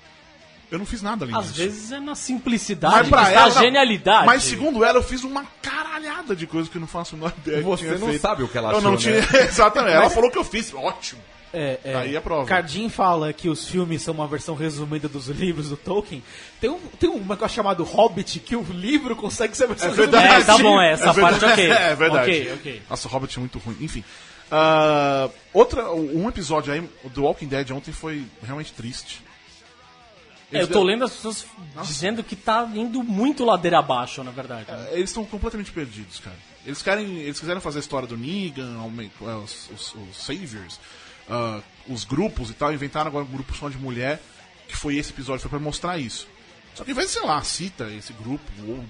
C: Eu não fiz nada além
D: Às
C: disso.
D: vezes é na
C: Mas
D: simplicidade,
C: pra
D: mas na
C: ela.
D: genialidade.
C: Mas segundo ela, eu fiz uma caralhada de coisa que eu não faço a menor ideia. que
F: Você
C: tinha
F: não
C: feito.
F: sabe o que ela
C: Eu
F: achou,
C: não tinha.
F: né?
C: Exatamente. Ela falou que eu fiz. Ótimo.
E: É, é.
C: Aí é prova.
E: Cardin fala que os filmes são uma versão resumida dos livros do Tolkien. Tem, um, tem uma coisa chamada Hobbit que o livro consegue ser a versão
C: É verdade.
E: resumida.
D: É, tá bom, é, essa
C: verdade.
D: parte ok.
C: É verdade.
D: Ok, ok.
C: Nossa, o Hobbit é muito ruim. Enfim. Ah, outra, um episódio aí do Walking Dead ontem foi realmente triste.
D: É, eu tô lendo as pessoas dizendo que tá indo muito ladeira abaixo, na verdade.
C: Eles estão completamente perdidos, cara. Eles, querem, eles quiseram fazer a história do Negan, aument- é, os, os, os Saviors, ah, os grupos e tal. Inventaram agora um grupo só de mulher, que foi esse episódio, foi pra mostrar isso. Só que ao invés de, sei lá, cita esse grupo, ou,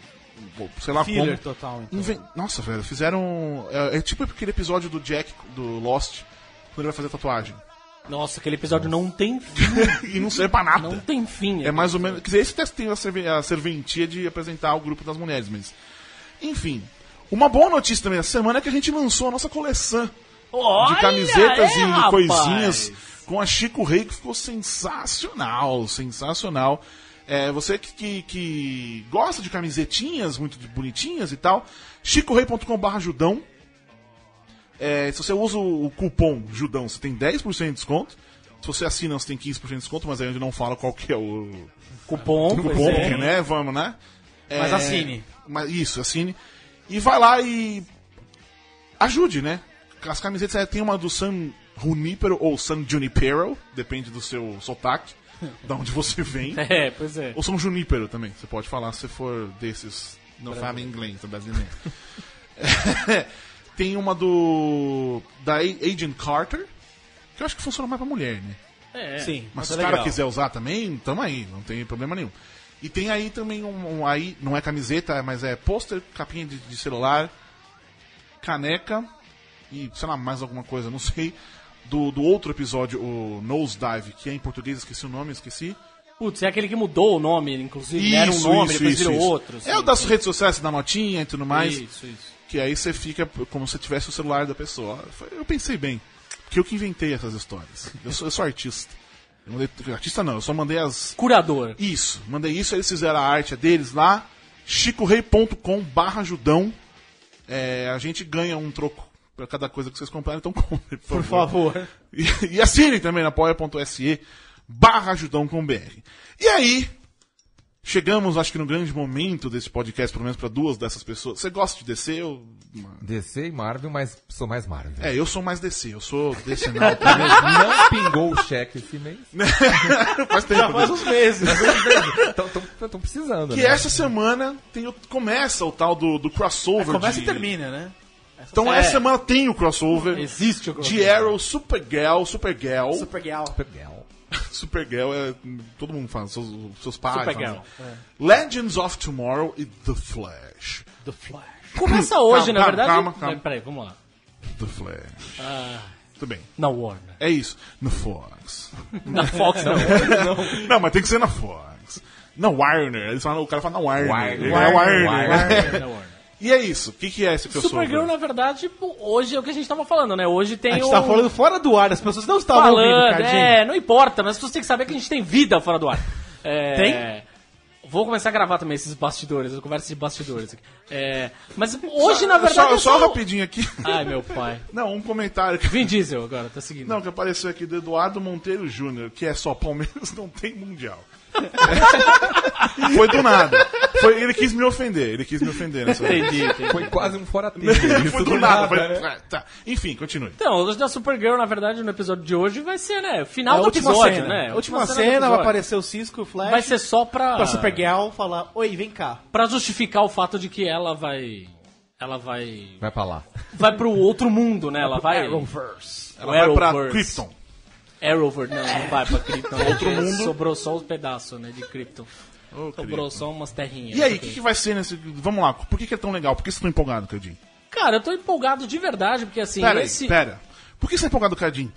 C: ou sei lá
E: Filler
C: como.
E: total, então.
C: Inven- Nossa, velho, fizeram. É, é tipo aquele episódio do Jack, do Lost, quando ele vai fazer tatuagem.
D: Nossa, aquele episódio não tem fim.
C: e não serve pra nada.
D: Não tem fim.
C: É mais ou menos. Quer dizer, esse teste tem a, serve- a serventia de apresentar o grupo das mulheres, mas. Enfim. Uma boa notícia também essa semana é que a gente lançou a nossa coleção de
D: Olha,
C: camisetas
D: é,
C: e de
D: rapaz.
C: coisinhas com a Chico Rei, que ficou sensacional, sensacional. É, você que, que, que gosta de camisetinhas muito de- bonitinhas e tal, chicorei.com.br Judão. É, se você usa o o cupom Judão, você tem 10% de desconto. Se você assina, você tem 15% de desconto, mas aí a gente não fala qual que é o
D: Cupom, pois
C: cupom,
D: é.
C: porque, né? Vamos, né?
E: Mas assine.
C: Mas isso, assine. E vai lá e ajude, né? As camisetas aí tem uma do San Junipero ou San Junipero, depende do seu sotaque, da onde você vem.
D: É, pois é.
C: Ou São Junípero também, você pode falar se for desses. Não fala inglês, é brasileiro. Tem uma do. da A- Agent Carter, que eu acho que funciona mais pra mulher, né?
D: É.
E: Sim,
C: Mas
E: mas
C: se
E: é
C: o cara
E: legal.
C: quiser usar também, tamo aí, não tem problema nenhum. E tem aí também um, um aí, não é camiseta, mas é pôster, capinha de, de celular, caneca e, sei lá, mais alguma coisa, não sei. Do, do outro episódio, o Nosedive, que é em português, esqueci o nome, esqueci.
D: Putz, é aquele que mudou o nome, inclusive. Era um nome, depois virou outro.
C: é
D: assim.
C: o das redes sociais, da notinha e tudo mais.
D: Isso, isso.
C: Que aí você fica como se tivesse o celular da pessoa. Foi- Eu pensei bem, porque eu que inventei essas histórias. Eu sou, eu sou artista. Eu mandei- artista não, eu só mandei as,
D: Curador.
C: isso, mandei isso, eles fizeram a arte é deles lá, chicorei.com barra ajudão. É, a gente ganha um troco pra cada coisa que vocês comprarem, então compre, por,
E: Por favor.
C: E, e assinem também na apoia.se barra ajudão com BR. E aí, chegamos, acho que no grande momento desse podcast, pelo menos pra duas dessas pessoas. Você gosta de DC? Eu,
F: DC e Marvel, mas sou mais Marvel.
C: é, eu sou mais DC, eu sou DC não,
F: Não pingou o cheque esse mês.
C: faz tempo. né?
E: uns meses.
F: Então, Estão precisando,
E: um
C: Que
F: né?
C: essa semana tem o- começa o tal do, do crossover.
E: Começa
C: de-
E: e termina, né?
C: Então
D: É.
C: essa semana tem o crossover.
D: Existe o
C: De Arrow, Supergirl, Supergirl.
E: Supergal.
F: Supergirl.
C: Supergirl é. Todo mundo fala, seus, seus pais.
D: Supergirl, é.
C: falam. Legends of Tomorrow e The Flash.
D: The Flash. Começa
C: Calma,
D: hoje, na
C: calma,
D: verdade.
C: calma, calma.
D: Peraí, vamos lá.
C: The Flash.
D: Ah.
C: Tudo bem.
D: Na Warner.
C: É isso. No Fox.
D: Na Fox, não.
C: Não, mas tem que ser na Fox. Na Warner. Eles falam, o cara fala na Warner.
F: Warner.
C: Ele é Warner.
D: Warner, na Warner.
C: E é isso. O que, que é esse crossover?
D: Supergirl, né? na verdade, pô, hoje é o que a gente tava falando, né? Hoje tem
E: A gente
D: o...
E: tá falando fora do ar, as pessoas não estavam tá ouvindo,
D: falando,
E: Cardinho.
D: é, não importa, mas vocês têm que saber que a gente tem vida fora do ar. É, Vou começar a gravar também esses bastidores, as conversas de bastidores aqui. É, mas hoje, na
C: Eu
D: verdade. é
C: Só,
D: eu
C: só
D: sou-
C: rapidinho aqui.
D: Ai, meu pai.
C: Não, um comentário que
D: Vin Diesel agora, tá seguindo.
C: Não, que apareceu aqui do Eduardo Monteiro Júnior, que é só Palmeiras não tem mundial. Foi do nada. Foi, ele quis me ofender, ele quis me ofender nessa vez.
D: Entendi, entendi.
F: Foi quase um fora tempo.
C: Foi do nada. foi-
F: né?
C: ah, tá. Enfim, continue.
D: Então, hoje da Supergirl, na verdade, no episódio de hoje vai ser, né? o Final
E: É a
D: do
E: última
D: episódio,
E: cena.
D: né?
E: A
D: A
E: última,
D: do
E: cena, vai
D: episódio.
E: aparecer o Cisco, o Flash.
D: Vai ser só pra.
E: pra Supergal falar, oi, vem cá.
D: pra justificar o fato de que ela vai. Ela vai.
F: Vai pra lá.
D: Vai pro outro mundo, né? Ela vai.
E: Arrowverse.
C: Ela vai pra
D: Arrowverse.
C: Krypton.
D: Arrowverse, É, não, não vai pra Krypton. né? Porque Sobrou só os pedaços, né, de Krypton.
C: Ô,
D: Sobrou
C: querido.
D: só umas terrinhas.
C: E aí, o
D: Ok.
C: que, que vai ser nesse. Vamos lá, por que, que é tão legal? Por que você tá empolgado, Cadinho?
D: Cara, eu tô empolgado de verdade, porque assim,
C: Pera
D: esse...
C: aí, pera. Por que você tá empolgado, Cadinho?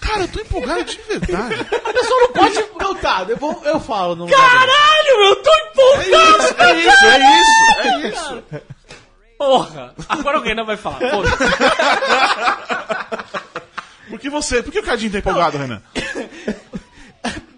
C: Cara, eu tô empolgado de verdade.
D: A pessoa não pode...
E: Então tá, eu, vou, eu falo no lugar dele.
D: Caralho, eu tô empolgado!
C: É isso, é isso, é isso.
D: Porra! Agora alguém não vai falar. Foda-se.
C: Por que você. Por que o Cadinho tá empolgado, Renan?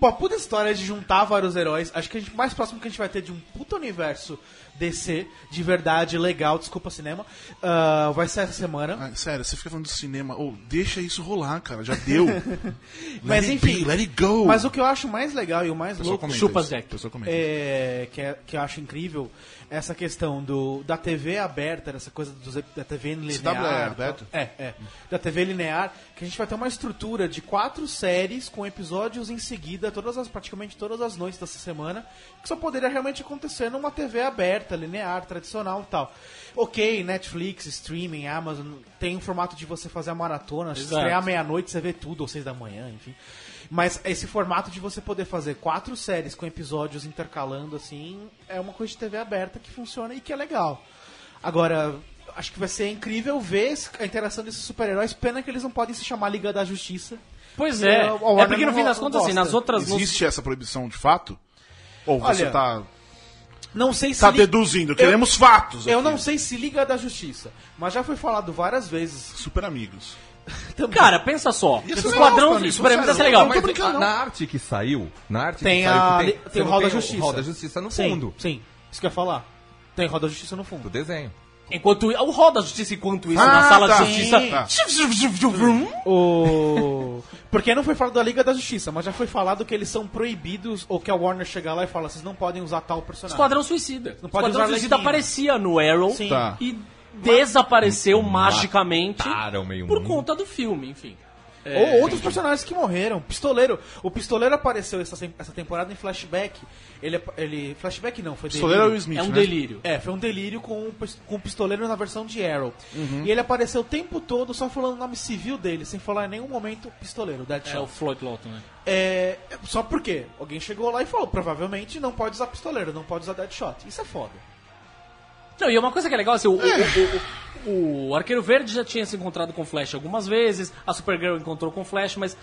E: Uma puta história de juntar vários heróis. Acho que a gente, mais próximo que a gente vai ter de um puta universo DC, de verdade, legal, desculpa cinema, ah, vai ser essa semana.
C: Ah, sério, você fica falando do cinema. Ô, deixa isso rolar, cara. Já deu. Let
E: Mas
C: it
E: enfim.
C: be, let it go.
E: Mas o que eu acho mais legal e o mais
C: Pessoal
E: louco
C: comenta
D: chupa
C: isso.
D: Zé.
C: Pessoal comenta.
E: é, que, é- que eu acho incrível essa questão do, da TV aberta, dessa coisa dos ep- da TV linear.
C: CW é aberto?
E: É, é. Da TV linear, que a gente vai ter uma estrutura de quatro séries com episódios em seguida, todas as, praticamente todas as noites dessa semana, que só poderia realmente acontecer numa TV aberta, linear, tradicional e tal. Ok, Netflix, streaming, Amazon, tem um formato de você fazer a maratona,
D: Exato.
E: estrear meia-noite, você vê tudo, ou seis da manhã, enfim. Mas esse formato de você poder fazer quatro séries com episódios intercalando, assim, é uma coisa de TV aberta que funciona e que é legal. Agora, acho que vai ser incrível ver esse- a interação desses super-heróis. Pena que eles não podem se chamar Liga da Justiça.
D: Pois
E: E
D: é.
E: a- a Warner
D: É porque no
E: não-
D: fim das
E: não
D: contas, assim,
E: gosta.
D: nas outras... nos-
C: Existe essa proibição de fato? Ou você
E: Olha,
C: tá,
E: Não sei se.
C: tá
E: li-
C: deduzindo? Queremos fatos.
E: Eu
C: aqui.
E: não sei se Liga da Justiça, mas já foi falado várias vezes.
C: Super amigos.
E: também.
D: Cara, pensa só.
C: Isso é legal,
D: Esquadrão...
C: cara, isso
D: Super
C: é
D: Amigos é
C: sério.
D: legal,
C: Não,
D: mas...
C: tô brincando, não.
F: Na arte que saiu, na arte
E: Tem
F: que saiu,
E: a-
F: que
E: tem
F: você
E: o
F: não
E: Hall da
F: tem
E: Justiça.
F: O Hall da Justiça no
E: sim,
F: fundo.
E: Sim, isso que eu ia falar. Tem Roda da Justiça no
F: Do
E: fundo. Ah,
F: desenho.
D: Enquanto... O
E: é
D: Roda da Justiça, enquanto isso,
C: Ah,
D: na Sala
C: tá.
D: de Justiça...
C: Sim.
D: Vrum.
E: O. Porque não foi falado da Liga da Justiça, mas já foi falado que eles são proibidos, ou que a Warner chega lá e fala, vocês não podem usar tal personagem.
D: Esquadrão Suicida.
E: Não pode
D: Esquadrão
E: usar
D: Suicida
E: lequinho.
D: aparecia no Arrow
E: Sim.
C: Tá.
D: e desapareceu magicamente
F: mataram meio
D: por
F: mundo.
D: conta do filme, enfim.
C: É,
E: Ou outros personagens que morreram. Pistoleiro. O Pistoleiro apareceu essa, sem- essa temporada em flashback. Ele, ele. Flashback não, foi
C: Pistoleiro é o
E: delírio.
C: Smith,
D: É um
C: né?
D: delírio.
E: É, foi um delírio com, o pis- com o pistoleiro na versão de Arrow.
C: Uhum.
E: E ele apareceu o tempo todo só falando o nome civil dele, sem falar em nenhum momento pistoleiro,
D: É o
E: Deadshot.
D: Floyd Lawton, né?
E: É, só porque alguém chegou lá e falou, provavelmente não pode usar pistoleiro, não pode usar Deadshot. Isso é foda.
D: Não, e uma coisa que é legal, assim, o, o- o- o- o Arqueiro Verde já tinha se encontrado com o Flash algumas vezes, a Supergirl encontrou com o Flash, mas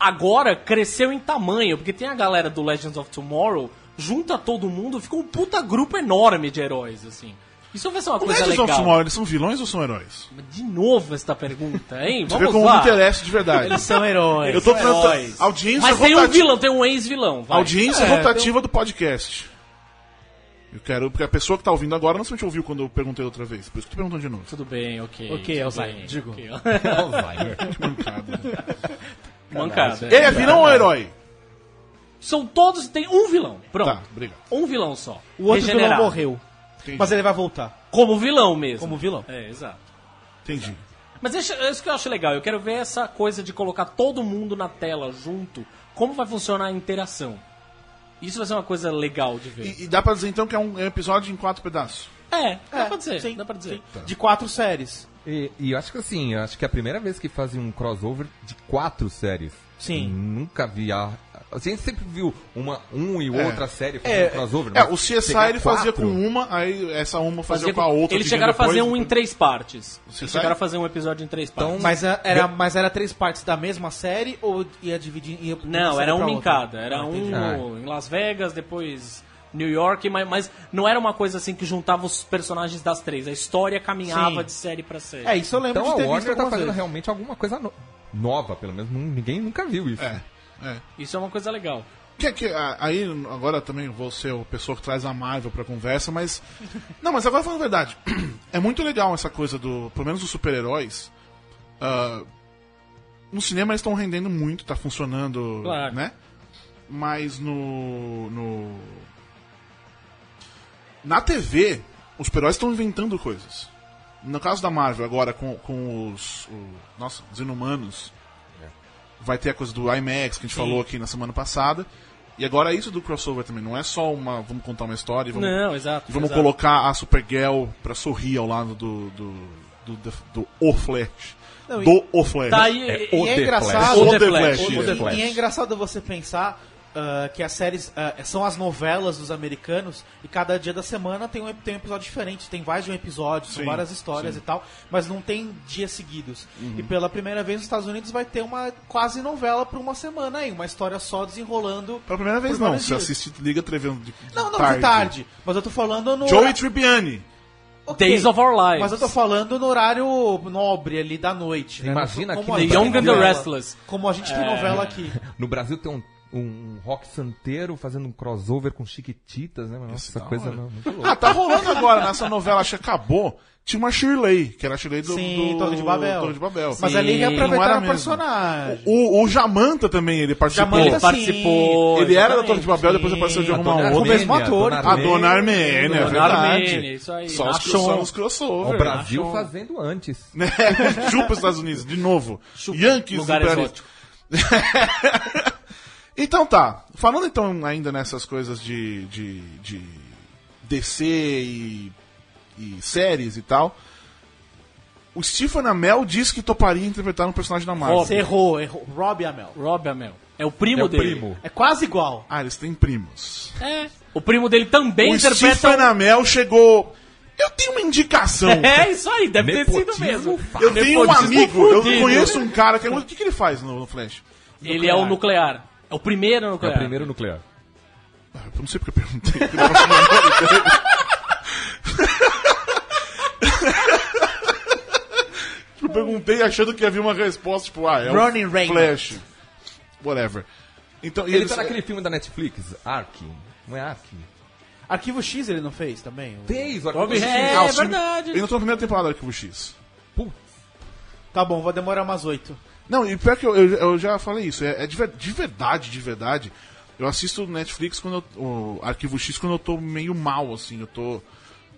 D: agora cresceu em tamanho, porque tem a galera do Legends of Tomorrow, junta todo mundo, fica um puta grupo enorme de heróis, assim. Isso vai ser uma
C: O
D: coisa
C: Legends of
D: legal.
C: Tomorrow, é eles são vilões ou são heróis?
D: De novo essa pergunta, hein?
C: Você vê
D: Vamos
C: como me
D: lá.
C: interessa de verdade.
E: São heróis.
C: Eu tô tentando. Audiência
D: Mas tem um
C: rotativa-
D: vilão, tem um ex-vilão. vai.
C: Audiência
E: É,
C: rotativa do podcast. Eu quero, porque a pessoa que tá ouvindo agora não somente ouviu quando eu perguntei outra vez. Por isso que eu tô perguntando de novo.
D: Tudo bem, ok.
E: Ok,
D: tudo
E: Alzheimer,
D: bem,
E: digo.
D: ok.
F: Alzheimer.
E: É.
D: Mancada.
C: tá Ele é vilão ou herói?
D: São todos, tem um vilão. Pronto.
C: Tá, obrigado.
D: Um vilão só.
E: O outro vilão
D: Regenerado.
E: morreu.
C: Entendi.
E: Mas ele vai voltar.
D: Como vilão mesmo.
E: Como vilão.
D: É, exato.
C: Entendi.
D: Mas isso, isso que eu acho legal. Eu quero ver essa coisa de colocar todo mundo na tela junto. Como vai funcionar a interação. Isso vai ser uma coisa legal de ver.
C: E, e dá pra dizer então que é um é um episódio em quatro pedaços.
D: É, dá
E: É,
D: pra dizer.
E: sim,
D: dá pra dizer.
E: sim. De quatro séries.
F: E, e eu acho que assim, eu acho que é a primeira vez que fazem um crossover de quatro séries.
E: Sim.
F: Nunca vi a. A gente sempre viu uma, um e
C: É.
F: outra série fazendo um
E: É,
F: crossover.
C: É,
F: mas
C: o CSI
F: pegar
C: ele fazia
F: quatro?
C: com um, uma, aí essa uma fazia,
D: Fazia
C: com a outra.
D: Eles
C: que vinha
D: chegaram a fazer
C: depois.
D: um em três partes.
C: Você
D: Eles
C: sabe?
D: chegaram a fazer um episódio em três
F: Então,
D: partes.
E: Então, Mas a- era, mas era três partes da mesma série ou ia dividir? Ia
D: Não, era um
E: pra
D: em
E: outra?
D: cada. Era
E: Ah,
D: um
E: entendi.
D: no- em Las Vegas, depois New York, mas, mas não era uma coisa assim que juntava os personagens das três. A história caminhava
E: Sim.
D: de série pra série.
E: É, isso eu lembro
F: Então
E: de
F: a
E: ter visto
F: Warner tá
E: algumas
F: fazendo
E: vezes.
F: realmente alguma coisa no- nova, pelo menos nun- ninguém nunca viu isso.
C: É, é.
D: Isso é uma coisa legal.
C: Que, é que, a- aí agora também vou ser o pessoa que traz a Marvel pra conversa, mas. Não, mas agora falando a verdade. É muito legal essa coisa do. Pelo menos dos super-heróis. ah, no cinema eles estão rendendo muito, tá funcionando.
D: Claro.
C: né? Mas no. no na TV, os super-heróis estão inventando coisas. No caso da Marvel agora, com, com os. o- nossa, os inumanos vai ter a coisa do IMAX que a gente falou aqui na semana passada. E agora é isso do crossover também, não é só uma. Vamos contar uma história e vamos,
D: não, exato.
C: e vamos
D: exato.
C: colocar a Supergirl pra sorrir ao lado do. do. do, do, do O Flash.
E: Não, e-
C: do O Flash.
D: Tá aí.
F: É,
D: e-
E: E
F: o
E: é
F: The
E: engraçado.
C: O
D: The
C: The
D: Flash.
C: Flash.
F: O The Flash.
E: E, e é engraçado você pensar ah, que as séries ah, são as novelas dos americanos e cada dia da semana tem um, tem um episódio diferente. Tem mais de um episódio, são
C: Sim,
E: várias histórias e tal, mas não tem dias seguidos. E pela primeira vez nos Estados Unidos vai ter uma quase novela por uma semana aí, uma história só desenrolando.
C: Pela primeira vez
E: por
C: não,
E: vários
C: você
E: dias.
C: assiste Liga Trevendo de
E: Não, não, tarde. de tarde. Mas eu tô falando no.
C: Joey Tribbiani.
E: Ok,
D: Days of Our Lives.
E: Mas eu tô falando no horário nobre ali da noite, né?
F: Imagina
E: Como
F: que
E: a
F: The
E: gente
F: Young and the
E: tem novela.
D: Restless.
E: Como a gente tem novela aqui.
F: No Brasil tem um, um rock santeiro fazendo um crossover com chiquititas, né? Nossa,
C: da
F: coisa
C: hora.
F: não, muito louca.
C: Ah, tá rolando agora nessa novela, acho que acabou. Tinha uma Shirley, que era a Shirley do.
E: Sim,
C: do-
E: Torre de Babel.
C: Torre de Babel.
E: Mas
D: Sim,
E: ali
C: não era
E: reaproveitaram o
C: mesmo.
E: personagem.
C: O, o Jamanta também, ele participou.
E: Jamanta
D: Ele participou.
C: assim. Ele era da Torre de
D: exatamente.
C: Babel, depois apareceu de
F: A
C: alguma
F: Dona
C: outra.
E: o mesmo
F: Armênia,
E: ator.
C: A Dona Armênia, é
D: Dona
C: verdade.
D: Armênia, isso aí.
C: Só os,
D: Nachon.
C: só os crossover.
F: O Brasil
D: Achou.
F: fazendo antes.
C: Né? Chupa os Estados Unidos, de novo.
D: Chupa,
C: Yankees
D: lugar
C: imperialistas.
D: exótico.
C: Então tá, falando então ainda nessas coisas de, de, de DC e, e séries e tal, o Stephen Amell disse que toparia interpretar um personagem da Marvel.
E: Você errou, errou. Rob Amel.
D: Rob Amell. É o primo
F: É o
D: dele.
F: primo.
E: É quase igual.
C: Ah, eles têm primos.
D: É. O primo dele também
C: o
D: interpreta. um-
C: Stephen Amell chegou... Eu tenho uma indicação.
D: É isso aí, deve ter sido
F: Nepotismo
D: mesmo.
C: Eu tenho um
D: Nepotismo
C: amigo, eu
D: fudido.
C: conheço um cara que é muito... O que, que ele faz no, no Flash?
D: Ele é o nuclear. É o primeiro
F: É o
D: nuclear.
F: primeiro nuclear.
C: Ah, Eu não sei porque eu perguntei. porque eu não faço a menor ideia. Eu perguntei achando que havia uma resposta, tipo, ah, é o
E: Ronnie Reynolds.
C: Flash. Whatever. Então, e
F: Ele
C: eles-
F: tá naquele filme da Netflix, Ark. Não é Ark?
E: Arquivo X ele não fez também? O-
F: Fez o
D: Rob
F: Ark.
D: Reiner.
C: Ah, o
D: É
C: filme-
D: verdade.
C: Eu ainda tô na primeira temporada do Arquivo X.
F: Putz.
E: Tá bom, vai demorar umas oito.
C: Não, e pior que eu, eu, eu já falei isso, é, é de, ver- de verdade, de verdade. Eu assisto Netflix quando eu, o Arquivo X quando eu tô meio mal, assim, eu tô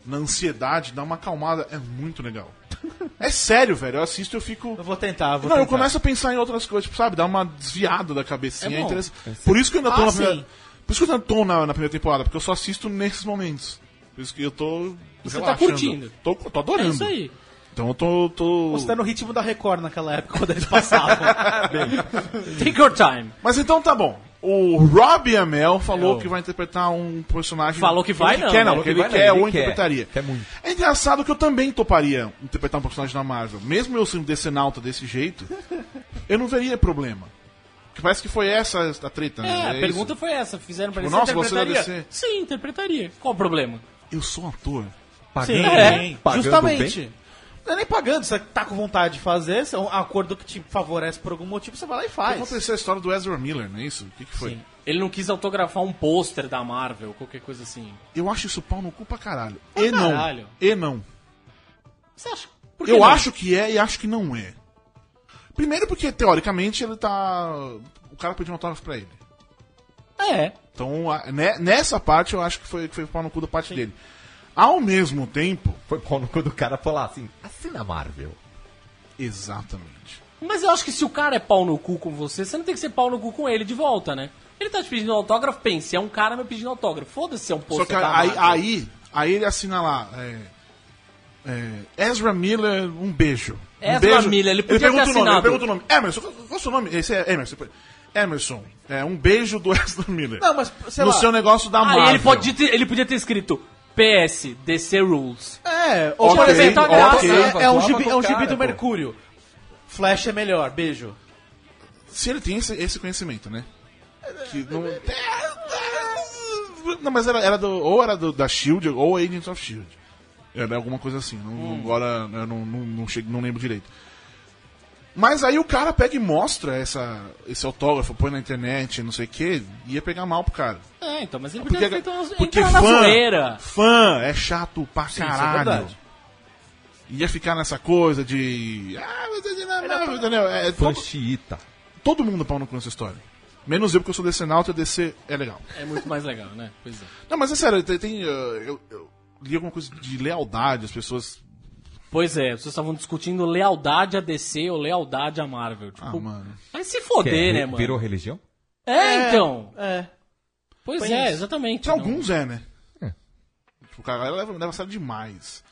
C: na ansiedade, dá uma acalmada, é muito legal. É sério, velho, eu assisto e eu fico.
E: Eu vou tentar, vou
C: Não, eu
E: tentar.
C: começo a pensar em outras coisas, tipo, sabe? Dá uma desviada da cabecinha.
D: É
C: É
D: bom.
C: interessante. Por isso que eu ainda tô
E: Ah,
C: na
E: sim.
C: primeira. Por isso que eu ainda tô na, na primeira temporada, porque eu só assisto nesses momentos. Por isso que eu tô.
D: Você tá
C: relaxando.
D: curtindo.
C: Tô, tô
D: É
C: adorando.
D: isso aí.
C: Então eu tô. tô...
E: Você tá no ritmo da Record naquela época, quando eles passavam.
D: Take your time.
C: Mas então tá bom. O Rob Amel falou que vai interpretar um personagem.
D: Falou que vai,
C: ele
D: não,
C: Quer,
D: né?
C: não, que ele,
F: Falou que vai,
C: quer
F: não,
C: ou
F: ele quer.
C: interpretaria.
F: Quer muito.
C: É engraçado que eu também toparia interpretar um personagem da Marvel. Mesmo eu sendo decenalta desse jeito, eu não veria problema. Que parece que foi essa a treta, né?
D: É, a
C: isso.
D: pergunta foi essa. Fizeram pra ele.
C: Tipo, nossa, você
D: interpretaria?
C: vai descer?
D: Sim, interpretaria. Qual o problema?
C: Eu sou um ator.
F: Pagando
D: é.
F: bem, pagando
E: Justamente.
F: bem.
E: Não é nem pagando, você tá com vontade de fazer, é um acordo que te favorece por algum motivo, você vai lá e faz.
C: Aconteceu a história do Ezra Miller, não é isso? O que, que foi?
D: Ah, Sim. Ele não quis autografar um pôster da Marvel, qualquer coisa assim.
C: Eu acho isso pau no cu pra caralho.
D: Pra
C: e
D: caralho.
C: não. E não.
D: Você acha? Por que
C: Eu
D: não?
C: acho que é e acho que não é. Primeiro porque, teoricamente, ele tá. O cara pediu um autógrafo pra ele.
D: É.
C: Então, a- ne- nessa parte eu acho que foi, que foi pau no cu da parte dele. Ao mesmo tempo.
F: Foi pau no cu do cara falar assim, assina Marvel.
C: Exatamente.
D: Mas eu acho que se o cara é pau no cu com você, você não tem que ser pau no cu com ele de volta, né? Ele tá te pedindo autógrafo, pense, é um cara me pedindo autógrafo. Foda-se se é um
C: Só
D: pôster
C: que
D: da
C: aí,
D: Marvel.
C: aí, aí ele assina lá. é, é, Ezra Miller, um beijo. Um
D: Ezra
C: beijo.
D: Miller, ele podia ter
C: pergunta o nome,
D: assinado.
C: ele pergunta o nome. Emerson, qual qual é o seu nome? Esse é Emerson. Emerson, é, um beijo do Ezra Miller.
E: Não, mas, sei
C: no
E: lá.
C: seu negócio da
D: Aí
C: Marvel.
D: ele, pode ter, ele podia ter escrito PS, DC Rules.
E: É, ou
C: Ok,
E: por exemplo,
D: ok,
E: graça, é, é um
F: zoava
E: gibi,
F: com
E: é um
F: o cara,
E: gibi do
F: pô.
E: Mercúrio. Flash é melhor, beijo.
C: Se ele tem esse, esse conhecimento, né? Que não. Não, mas era, era do. Ou era do- da Shield, ou Agents of Shield. Era alguma coisa assim. Não, Agora eu não, não, não, chego, não lembro direito. Mas aí o cara pega e mostra essa, esse autógrafo, põe na internet, não sei o que, ia pegar mal pro cara.
D: É, então, mas ele podia
C: Porque,
D: ter feito uma
C: porque
D: entrar na
C: fã,
D: zoeira.
C: fã é chato pra
E: isso é
C: caralho.
E: verdade.
C: ia ficar nessa coisa de. Ah, mas é de Marvel, Daniel. É,
F: Fã
C: todo-
F: xiita.
C: todo mundo é pau no cu nessa história. Menos eu, porque eu sou decenalto e DC é legal.
D: É muito mais legal, né? Pois é.
C: Não, mas é sério, tem. tem, uh, eu, eu li alguma coisa de lealdade, as pessoas.
D: Pois é, vocês estavam discutindo lealdade a DC ou lealdade a Marvel. Tipo,
C: Ah, mano.
D: vai se
F: Que é,
D: foder, né,
F: re-
D: mano?
F: Virou religião?
D: É, então.
E: É.
D: Pois
E: Pois
D: é,
E: é.
D: exatamente.
C: Que
D: Não.
C: alguns é, né?
F: É.
C: Tipo, o cara leva, leva a sério demais.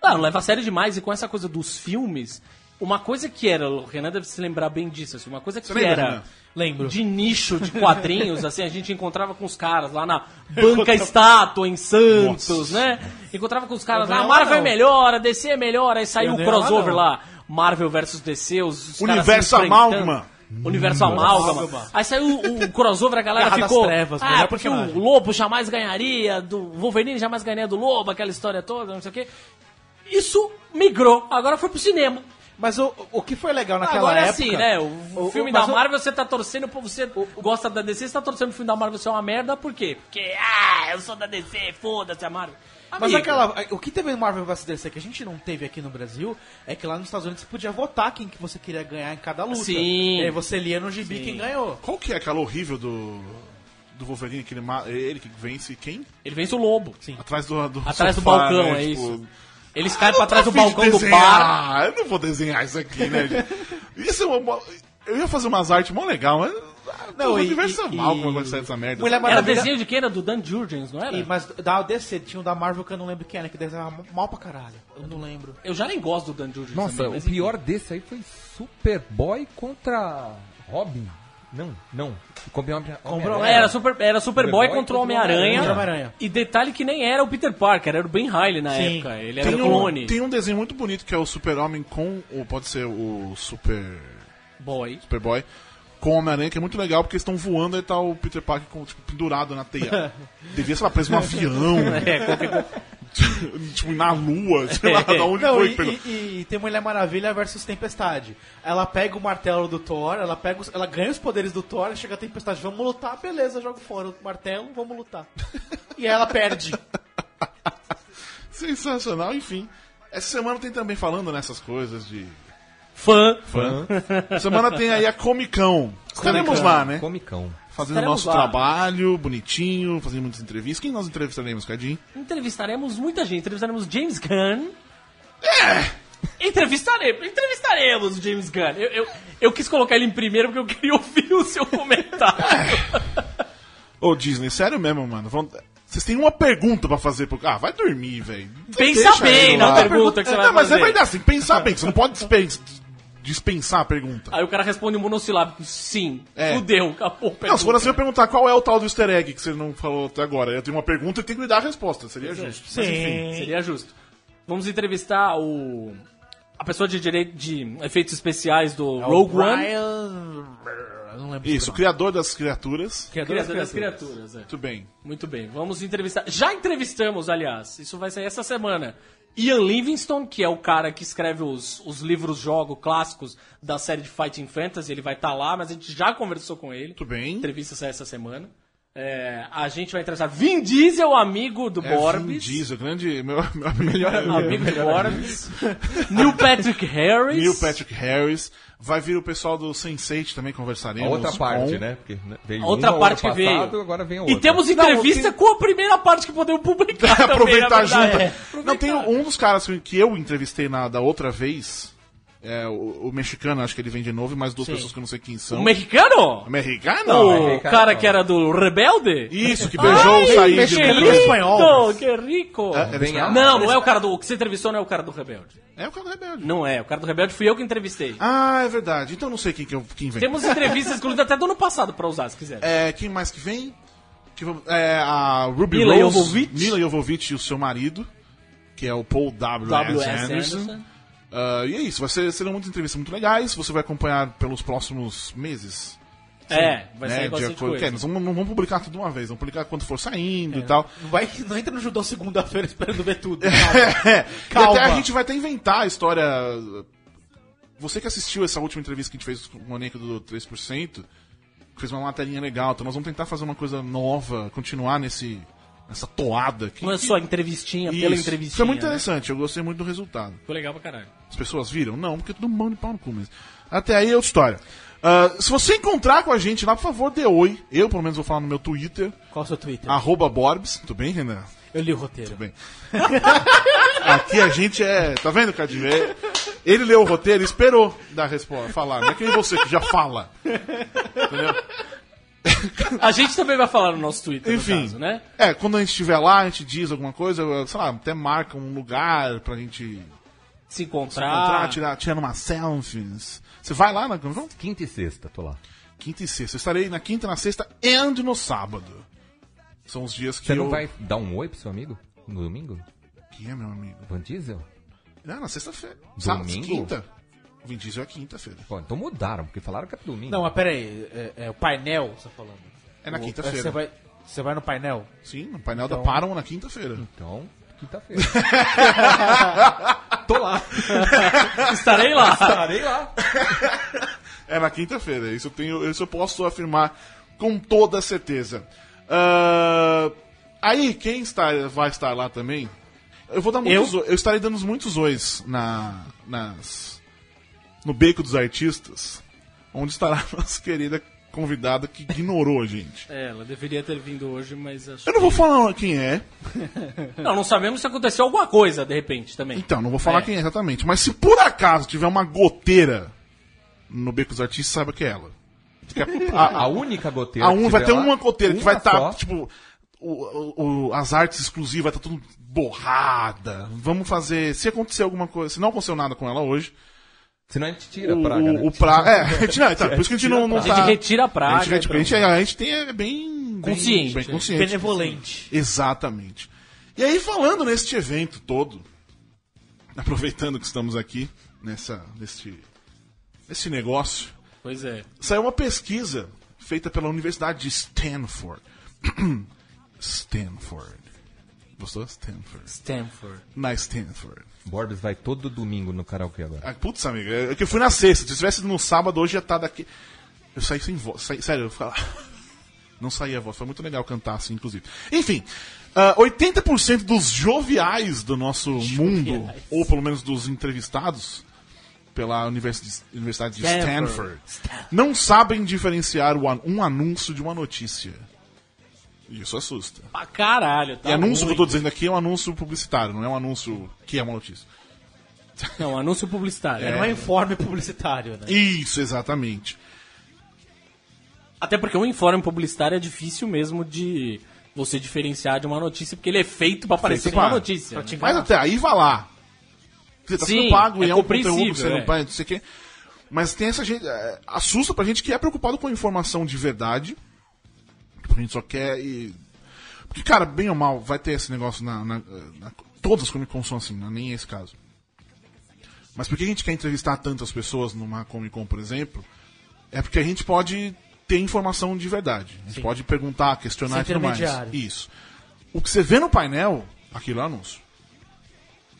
D: Ah, não leva a sério demais. E com essa coisa dos filmes, uma coisa que era, o Renan deve se lembrar bem disso, assim, uma coisa que
C: Você lembra,
D: era
C: Renan?
E: Lembro.
D: de nicho de quadrinhos, assim, a gente encontrava com os caras lá na Banca Estátua, em Santos,
C: Nossa.
D: né? Encontrava com os caras
E: Eu
D: lá, a
E: não
D: Marvel
E: era,
D: é
E: não.
D: melhor, a DC é melhor, aí saiu
E: Eu
D: um
E: não era,
D: crossover
E: não.
D: lá, Marvel versus DC, os, os caras
C: Universo
D: se enfrentando.
C: Amálgama. Hum,
D: Universo Amálgama. Aí saiu o, o crossover, a galera
E: Guerra das
D: ficou.
E: Trevas,
D: ah,
E: melhor
D: porque
E: personagem."
D: o Lobo jamais ganharia, do Wolverine jamais ganharia do Lobo, aquela história toda, não sei o quê. Isso migrou, agora foi pro cinema.
E: Mas o, o que foi legal naquela
D: Agora é
E: época...
D: assim, né? O, filme da
E: mas o-
D: Marvel você tá torcendo, pra- você gosta da DC, você tá torcendo pro filme da Marvel ser uma merda, por quê? Porque, ah, eu sou da DC, foda-se a Marvel.
E: Mas
D: Amigo,
E: aquela, é, o que teve no Marvel vs DC que a gente não teve aqui no Brasil é que lá nos Estados Unidos você podia votar quem que você queria ganhar em cada luta.
D: Sim.
E: E aí você lia no gibi quem ganhou.
C: Qual que é aquela horrível do. Do Wolverine, que ele, ma- ele que vence quem?
D: Ele vence o lobo.
C: Atrás do. do
D: Atrás do
C: sofá,
D: balcão,
C: né?
D: é
C: Tipo,
D: isso.
E: Ah,
D: Eles caem pra
C: não
D: trás
C: tá
D: do
C: afim de
D: balcão do bar.
C: desenhar. Eu não vou desenhar isso aqui, né? gente? isso é uma. Eu ia fazer umas artes mó legal, mas. ah,
E: Não,
C: o
E: e-
C: universo
E: e-
C: Amálgama vai sair dessa merda.
E: Mulher
D: Era
E: Maravilha-
D: desenho de quem? Era do Dan Jurgens, não era?
E: E, mas da DC tinha um da Marvel que eu não lembro quem era, que desenhava mal pra caralho. Eu não lembro.
D: Eu já nem gosto do Dan Jurgens.
F: Nossa,
D: também,
F: o
D: mas
F: pior desse aí foi Superboy contra Robin. Não, não. Comprei uma...
D: enfim. Era, super, era Superboy contra o Homem-Aranha.
E: Era Homem-Aranha.
D: e detalhe que nem era o Peter Parker, era o Ben Reilly na
E: Sim.
D: época. Ele era
C: Tem
D: o clone.
C: um, tem um desenho muito bonito que é o Super-Homem com. Ou pode ser o Super.
D: Boy.
C: Superboy com o Homem-Aranha, que é muito legal, porque eles estão voando e tá o Peter Parker com, tipo, pendurado na teia. Devia, sei lá, preso num avião,
D: É, qualquer coisa.
C: tipo, na lua, sei lá, da onde
E: Não,
C: foi.
E: e,
C: pegou.
E: e- e tem Mulher Maravilha versus Tempestade. Ela pega o martelo do Thor, ela, pega os- ela ganha os poderes do Thor, chega a Tempestade, vamos lutar, beleza, jogo fora o martelo, vamos lutar. e ela perde.
C: Sensacional, enfim. Essa semana tem também falando nessas coisas de
D: fã.
C: Fã. Semana tem aí a Comicão. Estaremos
D: Comicão.
C: lá, né?
F: Comicão.
C: Fazendo o
D: Estaremos
C: nosso
D: lá.
C: trabalho bonitinho, fazendo muitas entrevistas. Quem nós entrevistaremos, Cadinho?
D: Entrevistaremos muita gente. Entrevistaremos James Gunn. É! Entrevistaremos, entrevistaremos o James Gunn. Eu, eu, eu quis colocar ele em primeiro porque eu queria ouvir o seu comentário.
C: Ô, Disney, sério mesmo, mano. Vão- Vocês têm uma pergunta pra fazer pro. Ah, vai dormir, velho.
D: Pensa
C: Deixa
D: bem
C: ele
D: na
C: lá.
D: pergunta que você vai
C: Não, mas é
D: fazer.
C: verdade, você tem que pensar bem. Você não pode dispen- dispensar a pergunta.
D: Aí o cara responde um monossilábico. Sim.
C: É.
D: Fudeu,
C: Não,
D: acabou. a
C: se for
D: pergunta.
C: assim, eu perguntar qual é o tal do easter egg que você não falou até agora. Eu tenho uma pergunta e tenho que me dar a resposta. Seria justo. Mas enfim.
D: Seria justo. Vamos entrevistar o. A pessoa de direito de efeitos especiais do
E: É o
D: Rogue One.
E: Brian- Eu Não lembro
C: Isso, o criador das criaturas.
D: Criador das criaturas. é.
C: Muito bem.
D: Muito bem, vamos entrevistar. Já entrevistamos, aliás, isso vai sair essa semana. Ian Livingstone, que é o cara que escreve os, os livros jogo clássicos da série de Fighting Fantasy, ele vai estar lá, mas a gente já conversou com ele.
C: Muito bem.
D: Entrevista sai essa semana. É, a gente vai entrevistar Vin Diesel, amigo do
C: É, Vin
D: Borbis.
C: Diesel, grande. Meu, meu melhor
D: Amigo do Borbis. Neil Patrick Harris.
C: Neil Patrick é Harris. Vai vir o pessoal do Sense8 também conversaremos.
F: A outra parte,
C: com-
F: né? Porque né, veio
D: A outra
F: uma
D: parte que
F: ano passado,
D: veio.
F: agora vem a outra.
D: E temos entrevista com a primeira parte que podemos publicar. também,
C: aproveitar
D: na verdade.
C: junto.
D: É,
C: Não,
D: aproveitar.
C: tem um dos caras que- que eu entrevistei na, da outra vez. É, o, o mexicano, acho que ele vem de novo, e mais duas pessoas que eu não sei quem são.
D: O mexicano?
C: Americano?
D: O cara que era do Rebelde?
C: Isso, que beijou o Said
D: que
E: mexicano
C: do
E: ele
D: rico,
E: é espanhol, mas-
D: que rico.
C: É, ele é
F: Vem
C: espanhol?
F: a-
D: Não, não é o cara do... O que você entrevistou não é o cara do Rebelde.
C: É o cara do Rebelde.
D: Não é, o cara do Rebelde fui eu que entrevistei.
C: Ah, é verdade. Então eu não sei quem, que eu- quem vem.
D: Temos entrevistas, inclusive, até do ano passado pra usar, se quiser.
C: É, quem mais que vem? Que vamos- é, a Ruby
D: Mila
C: Rose.
D: Jovovich.
C: Mila Jovovich e o seu marido, que é o Paul W.S.
D: W.S.
C: Anderson.
D: Anderson.
C: Ah, e é isso, vai ser, serão muitas entrevistas muito legais, você vai acompanhar pelos próximos meses.
D: É, vai
C: né,
D: sair
C: de
D: bastante
C: acordo-
D: coisa. É.
C: que é, nós vamos, não vamos publicar tudo de uma vez, vamos publicar quando for saindo e tal.
E: Não, vai, não entra no judô segunda-feira esperando ver tudo.
C: É, E até
E: Calma.
C: a gente vai até inventar a história. Você que assistiu essa última entrevista que a gente fez com o Maneco do 3%, fez uma materinha legal, então nós vamos tentar fazer uma coisa nova, continuar nesse nessa toada aqui.
D: Não é só entrevistinha
C: Isso.
D: pela entrevistinha.
C: Foi muito
D: né?
C: interessante, eu gostei muito do resultado.
D: Ficou legal pra caralho.
C: As pessoas viram? Não, porque é tudo mão de pau no cu mesmo. Até aí é outra história. Ah, se você encontrar com a gente lá, por favor, dê oi. Eu, pelo menos, vou falar no meu Twitter,
E: Qual o seu Twitter?
D: Tá.
C: arroba Borbs. Tudo bem, Renan?
E: Eu li o roteiro.
C: Tudo bem. Aqui a gente é. Tá vendo, Cadinho? É- Ele leu o roteiro e esperou dar a resposta, falar. Não é que nem você que já fala.
D: A gente também vai falar no nosso Twitter,
C: Enfim.
D: no caso, né?
C: É, quando a gente estiver lá, a gente diz alguma coisa, sei lá, até marca um lugar pra gente
D: Se encontrar.
C: encontrar, tirar, tirar umas selfies. Você vai lá na. como é que é?
F: Quinta e sexta, tô lá.
C: Quinta e sexta. Eu estarei na quinta, na sexta e no sábado. São os dias que
F: Você não
C: eu-
F: vai dar um oi pro seu amigo? No domingo?
C: Quem é, meu amigo?
F: Van Diesel?
C: Não, na sexta-feira. Sábado,
F: Domingo?
C: quinta. O Vin Diesel é quinta-feira.
F: Pô, então mudaram, porque falaram que é pro domingo.
E: Não, mas peraí. É, é o painel, você tá falando.
C: É na
E: O-
C: quinta-feira.
E: Você vai, você vai no painel?
C: Sim, no painel da
E: Então-
C: Paramount na quinta-feira.
F: Então, quinta-feira. tô lá.
D: Estarei lá.
F: Parei lá.
C: É na quinta-feira, isso eu, tenho, isso eu posso afirmar com toda certeza. Ah, aí, quem está, vai estar lá também? Eu vou dar muitos eu, eu estarei dando muitos ois na, nas, no Beco dos Artistas, onde estará a nossa querida convidada que ignorou a gente.
D: É, ela deveria ter vindo hoje, mas acho
C: Eu não vou falar quem é,
D: Não, não sabemos se aconteceu alguma coisa, de repente, também.
C: então, não vou falar
D: É.
C: quem é exatamente, mas se por acaso tiver uma goteira no Beco dos Artistas, saiba que é ela. Porque a- a-
F: A única goteira.
C: Ah. A
F: que
C: um vai
F: tiver
C: ter
F: lá,
C: uma goteira que vai
F: uma
C: estar,
F: só.
C: tipo, o- o- o- as artes exclusivas, tá tudo borrada. Vamos fazer. Se acontecer alguma coisa, se não aconteceu nada com ela hoje,
F: Senão a gente tira
C: o,
F: a praga, né?
C: o, o pra. É, a gente não, então, por isso que a gente não, não
D: A gente
C: tá.
D: retira a praga.
C: a gente, retira- a gente, a gente tem é bem. bem-
D: Consciente. é.
C: Bem consciente.
E: Benevolente.
C: Exatamente. E aí, falando neste evento todo, aproveitando que estamos aqui nessa, neste, nesse negócio,
D: Pois é.
C: saiu uma pesquisa feita pela Universidade de Stanford. Stanford. Gostou? Stanford.
D: Stanford.
C: Na Stanford.
F: Borbes vai todo domingo no karaokê agora.
C: Ah, putz, amigo, é que eu fui na sexta. Se tivesse no sábado, hoje já tá daqui. Eu saí sem voz. saí- sério, eu falar. Não saía a voz. Foi muito legal cantar assim, inclusive. Enfim, ah, 80% dos joviais do nosso mundo, ou pelo menos dos entrevistados, pela Universi- Universidade de
D: Stanford.
C: Stanford, não sabem diferenciar o an- um anúncio de uma notícia. Isso assusta.
D: Pra caralho, tá?
C: e anúncio que
D: ruim.
C: eu tô dizendo aqui é um anúncio publicitário, não é um anúncio que é uma notícia.
D: Não, anúncio publicitário.
E: Não é informe publicitário,
D: É.
E: né?
C: Isso, exatamente.
D: Até porque um informe publicitário é difícil mesmo de você diferenciar de uma notícia, porque ele é feito pra parecer
C: pra-
D: uma notícia. né?
C: Mas até aí vai lá. Você tá
D: Sim,
C: sendo pago
D: é
C: e é um
D: compreensível,
C: conteúdo que você
D: é.
C: não paga, não sei o quê. Mas tem essa gente. é, assusta pra gente que é preocupado com a informação de verdade. Tipo, a gente só quer e. Porque, cara, bem ou mal, vai ter esse negócio na. na, na todas as Comic Con são assim, não é nem esse caso. Mas por que a gente quer entrevistar tantas pessoas numa Comic Con, por exemplo? É porque a gente pode ter informação de verdade. A gente pode perguntar, questionar e
E: Sem
C: tudo mais.
E: intermediário.
C: Isso. O que você vê no painel, aquilo é anúncio.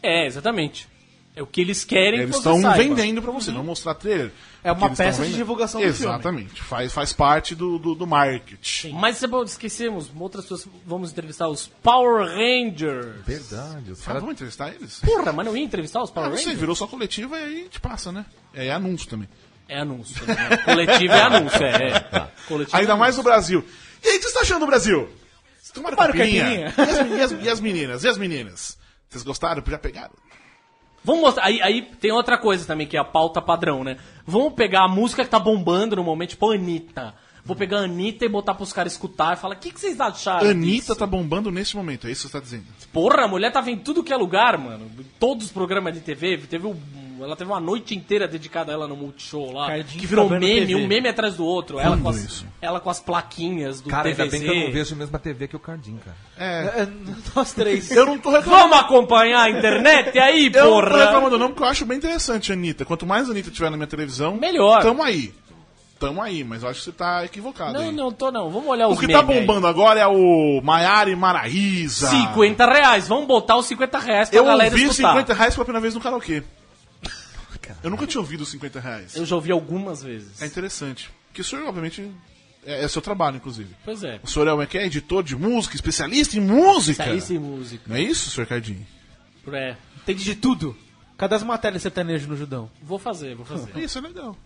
D: É, exatamente. É o que eles querem
C: Eles
D: que você
C: estão
D: saiba.
C: vendendo pra você, não mostrar trailer.
E: É uma
C: Porque eles tão
E: peça de
C: vendendo.
E: divulgação do filme.
C: Exatamente. Faz, faz parte do, do, do marketing.
D: Mas é bom, esquecemos, outras pessoas, vamos entrevistar os Power Rangers.
F: Verdade, os
C: Cara,
F: caras.
C: vamos entrevistar eles?
D: Porra, mas não ia entrevistar os Power
C: Ah, não sei,
D: Rangers?
C: virou só coletiva e aí a gente passa, né? É anúncio também.
D: É anúncio. Né? Coletivo é anúncio, é. é. Coletivo
C: Tá. Ainda
D: é
C: mais
D: anúncio.
C: no Brasil. E aí, o que vocês estão achando do Brasil? Vocês tomaram
E: Tomaram
C: caipirinha? E as, men- e, as, e as meninas? E as meninas? Vocês gostaram? Já pegaram?
D: Vamos mostrar. Aí, aí tem outra coisa também, que é a pauta padrão, né? Vamos pegar a música que tá bombando no momento, tipo Anitta. Vou pegar a Anitta e botar pros caras escutar e falar: o que, que vocês acharam?
C: Anitta
D: disso?"
C: tá bombando neste momento, é isso que você tá dizendo.
D: Porra, a mulher tava em tudo que é lugar, mano. Em Todos os programas de TV. Teve um- ela teve uma noite inteira dedicada a ela no Multishow lá.
E: Cardinho
D: que virou
E: tá vendo
D: meme,
E: TV.
D: um meme atrás do outro. Ela com, as,
C: isso.
D: ela com as plaquinhas do
F: Cara, ainda
D: TVZ.
F: bem que eu não vejo a mesma TV que o Cardim, cara.
E: É, Nós três.
C: Eu não tô reclamando.
D: Vamos acompanhar a internet aí,
C: Eu não tô
D: porra!
C: reclamando não, porque eu acho bem interessante, Anitta. Quanto mais Anitta tiver na minha televisão,
D: Melhor.
C: Tamo aí. Tamo aí, mas eu acho que você tá equivocado.
D: Não,
C: aí.
D: não tô não. Vamos olhar os
C: O que tá
D: memes aí.
C: bombando agora é o Maiara e Maraíza.
D: 50 reais. Vamos botar os 50 reais pra
C: Eu
D: galera
C: ouvi
D: escutar.
C: 50 reais pela primeira vez no karaokê. Eu nunca tinha ouvido 50 reais.
D: Eu já ouvi algumas
C: É
D: vezes. interessante.
C: interessante. Porque o senhor, obviamente, é, é seu trabalho, inclusive.
D: Pois é.
C: O senhor é, um, que é editor de música, especialista em música.
D: Saísse em música.
C: Não é isso, senhor Cardinho?
D: É.
E: Entende de tudo. Cadê as matérias sertanejo no Judão?
D: Vou fazer, vou fazer.
C: Isso é legal.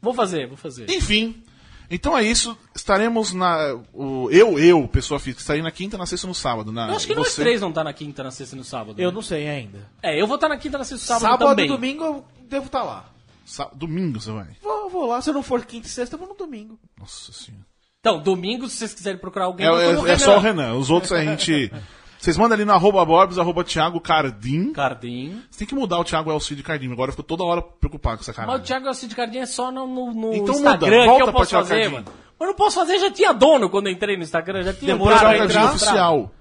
D: Vou fazer, vou fazer.
C: Enfim. Então é isso. Estaremos na. O, eu, eu, pessoa física, estarei na quinta, na sexta e no sábado. Na,
D: Eu acho que nós
C: você-
D: três não tá na quinta, na sexta e no sábado.
E: Eu
D: né?
E: não sei ainda.
D: É, eu vou estar na quinta, na sexta e sábado,
E: Sábado
D: também.
E: e domingo eu devo
C: tá
E: estar lá.
C: Sá- domingo você vai.
E: Vou, vou lá, se eu não for quinta e sexta, eu vou no domingo.
C: Nossa senhora.
D: Então, domingo, se vocês quiserem procurar alguém,
C: É,
D: eu tô né?
C: é-
D: no
C: é
D: Renan.
C: só o Renan. Os outros a gente. Vocês mandam ali no arroba Borbs, arroba Thiago Cardim.
D: Cardim.
C: Você tem que mudar o Thiago Elcide Cardim. Agora eu fico toda hora preocupado com essa cara.
D: Mas o Thiago Alcide Cardim é só no, no, no
C: Então muda,
D: Instagram
C: volta
D: que eu
C: pra
D: posso
C: Thiago
D: fazer,
C: Cardim.
D: mano. Mas eu não posso fazer, já tinha dono quando eu entrei no Instagram, já tinha
E: Demorou
D: pra
E: pra
C: Cardim
E: entrar.
C: oficial.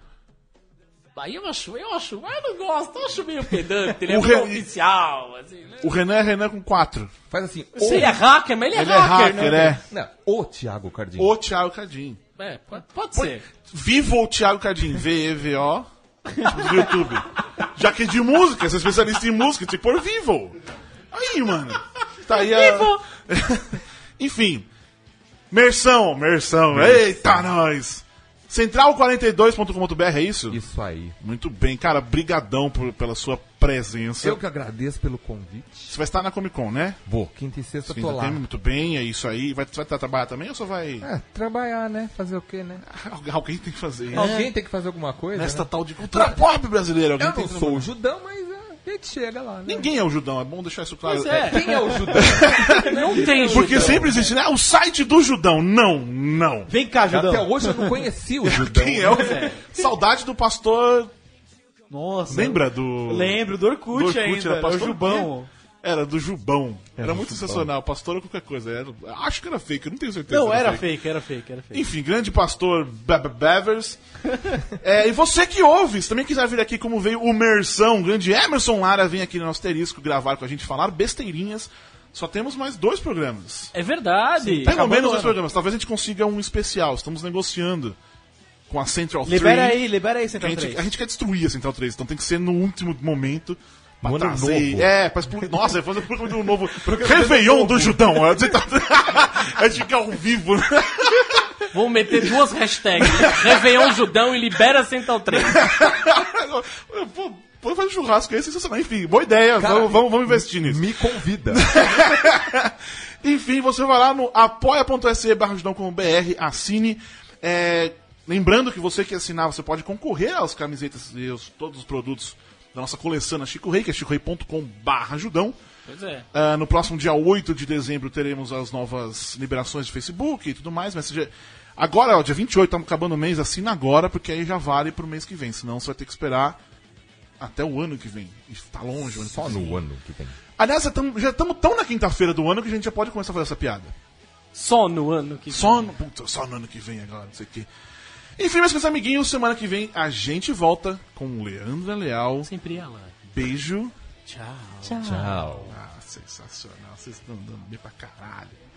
D: Aí eu acho, eu acho, mas eu não gosto, eu acho meio pedante, ele é
C: O
D: meio
C: Re-
D: oficial, assim, né?
C: O Renan é Renan com 4.
F: Faz assim, o...
D: Se ele é hacker, mas ele é
C: Ele é
D: hacker,
C: hacker,
D: né?
C: é.
F: Não, o Thiago Cardim.
C: O Thiago Cardim.
D: É, pode, pode ser.
C: Viva o Thiago Cardim. V-E-V-O. Do YouTube. Já que é de música, você é especialista em música, tem que pôr vivo. Aí, mano. Tá aí a...
D: Vivo!
C: Enfim. Merção, merção. Eita, nós. Central42.com.br, é isso?
F: Isso aí.
C: Muito bem, cara. Brigadão por- pela sua presença.
F: Eu que agradeço pelo convite.
C: Você vai estar na Comic Con, né?
F: Vou, quinta e sexta eu tô
C: Quinta
F: lá.
C: tem, muito bem, é isso aí. Vai, você vai tá- trabalhar também ou só vai...
F: É, trabalhar, né? Fazer o quê, né?
C: Alguém tem que fazer. isso.
F: Alguém tem que fazer alguma coisa.
C: É. Nesta
F: né?
C: tal de cultura pop brasileira. Alguém
F: Eu
C: tem
F: não
C: que
F: sou o Judão, mas é, a gente chega lá, né?
C: Ninguém é o Judão, é bom deixar isso claro.
D: Pois é.
F: Quem é o Judão?
D: Não tem
C: Porque
D: Judão.
C: sempre existe, né? O site do Judão. Não, não.
E: Vem cá, Judão.
F: Até hoje eu não conheci o Judão.
C: Quem é o... Saudade do pastor...
E: Nossa.
C: Lembra do...
E: Lembro, do Orkut,
C: Do Orkut,
E: ainda.
C: era
E: Era o
C: pastor É,
E: Jubão.
C: Era do Jubão. Era,
F: Era do
C: muito
F: Jubão.
C: sensacional. Pastor ou qualquer coisa. Era- Acho que era fake, eu não tenho certeza.
E: Não,
C: se
E: era fake, era fake, era fake.
C: Enfim, grande pastor Be- Be- Bevers. É, e você que ouve, se também quiser vir aqui como veio o Mersão, o grande Emerson Lara, vem aqui no nosso asterisco gravar com a gente, falar besteirinhas. Só temos mais dois programas.
D: É verdade.
C: Pelo menos
E: o
C: dois
E: ano.
C: programas. Talvez a gente consiga um especial. Estamos negociando com a Central 3.
E: Libera aí, libera
C: Que a,
E: aí, tá Central
C: gente,
E: 3.
C: a gente quer destruir a Central 3, então tem que ser no último momento. pra
F: No ano
C: trazer-
F: novo.
C: É, pra explodir. Nossa, fazer um programa de um novo. Réveillon do Judão. é, tá- A gente a gente fica é ao vivo. né?
D: Vou meter duas hashtags. Réveillon Judão e Libera Central 3.
C: Eu vou Pô, faz um churrasco aí, sensacional. Enfim, boa ideia,
F: Cara,
C: vamos, vamos, vamos investir nisso.
F: Me convida.
C: Enfim, você vai lá no apoia.se barra Judão com BR, assine. É, lembrando que você que assinar, você pode concorrer às camisetas e aos, todos os produtos da nossa coleção na Chico Rei, que é chicorei.com barra Judão.
D: Pois é.
C: Ah, no próximo dia 8 de dezembro teremos as novas liberações de Facebook e tudo mais, mas já- agora, ó, dia 28, estamos tá acabando o mês, assina agora, porque aí já vale pro mês que vem, senão você vai ter que esperar até o ano que vem. Isso tá longe, o ano que
F: Só
C: vem.
F: no ano que vem.
C: Aliás, já estamos tão na quinta-feira do ano que a gente já pode começar a fazer essa piada.
D: Só no ano que
C: Só no, puta, só no ano que vem agora, não sei o quê. Enfim, meus queridos amiguinhos, semana que vem a gente volta com o Leandra Leal.
D: Sempre ela.
C: Beijo.
D: Tchau.
F: Tchau.
C: Tá. Ah, sensacional. Vocês estão dando bem pra caralho.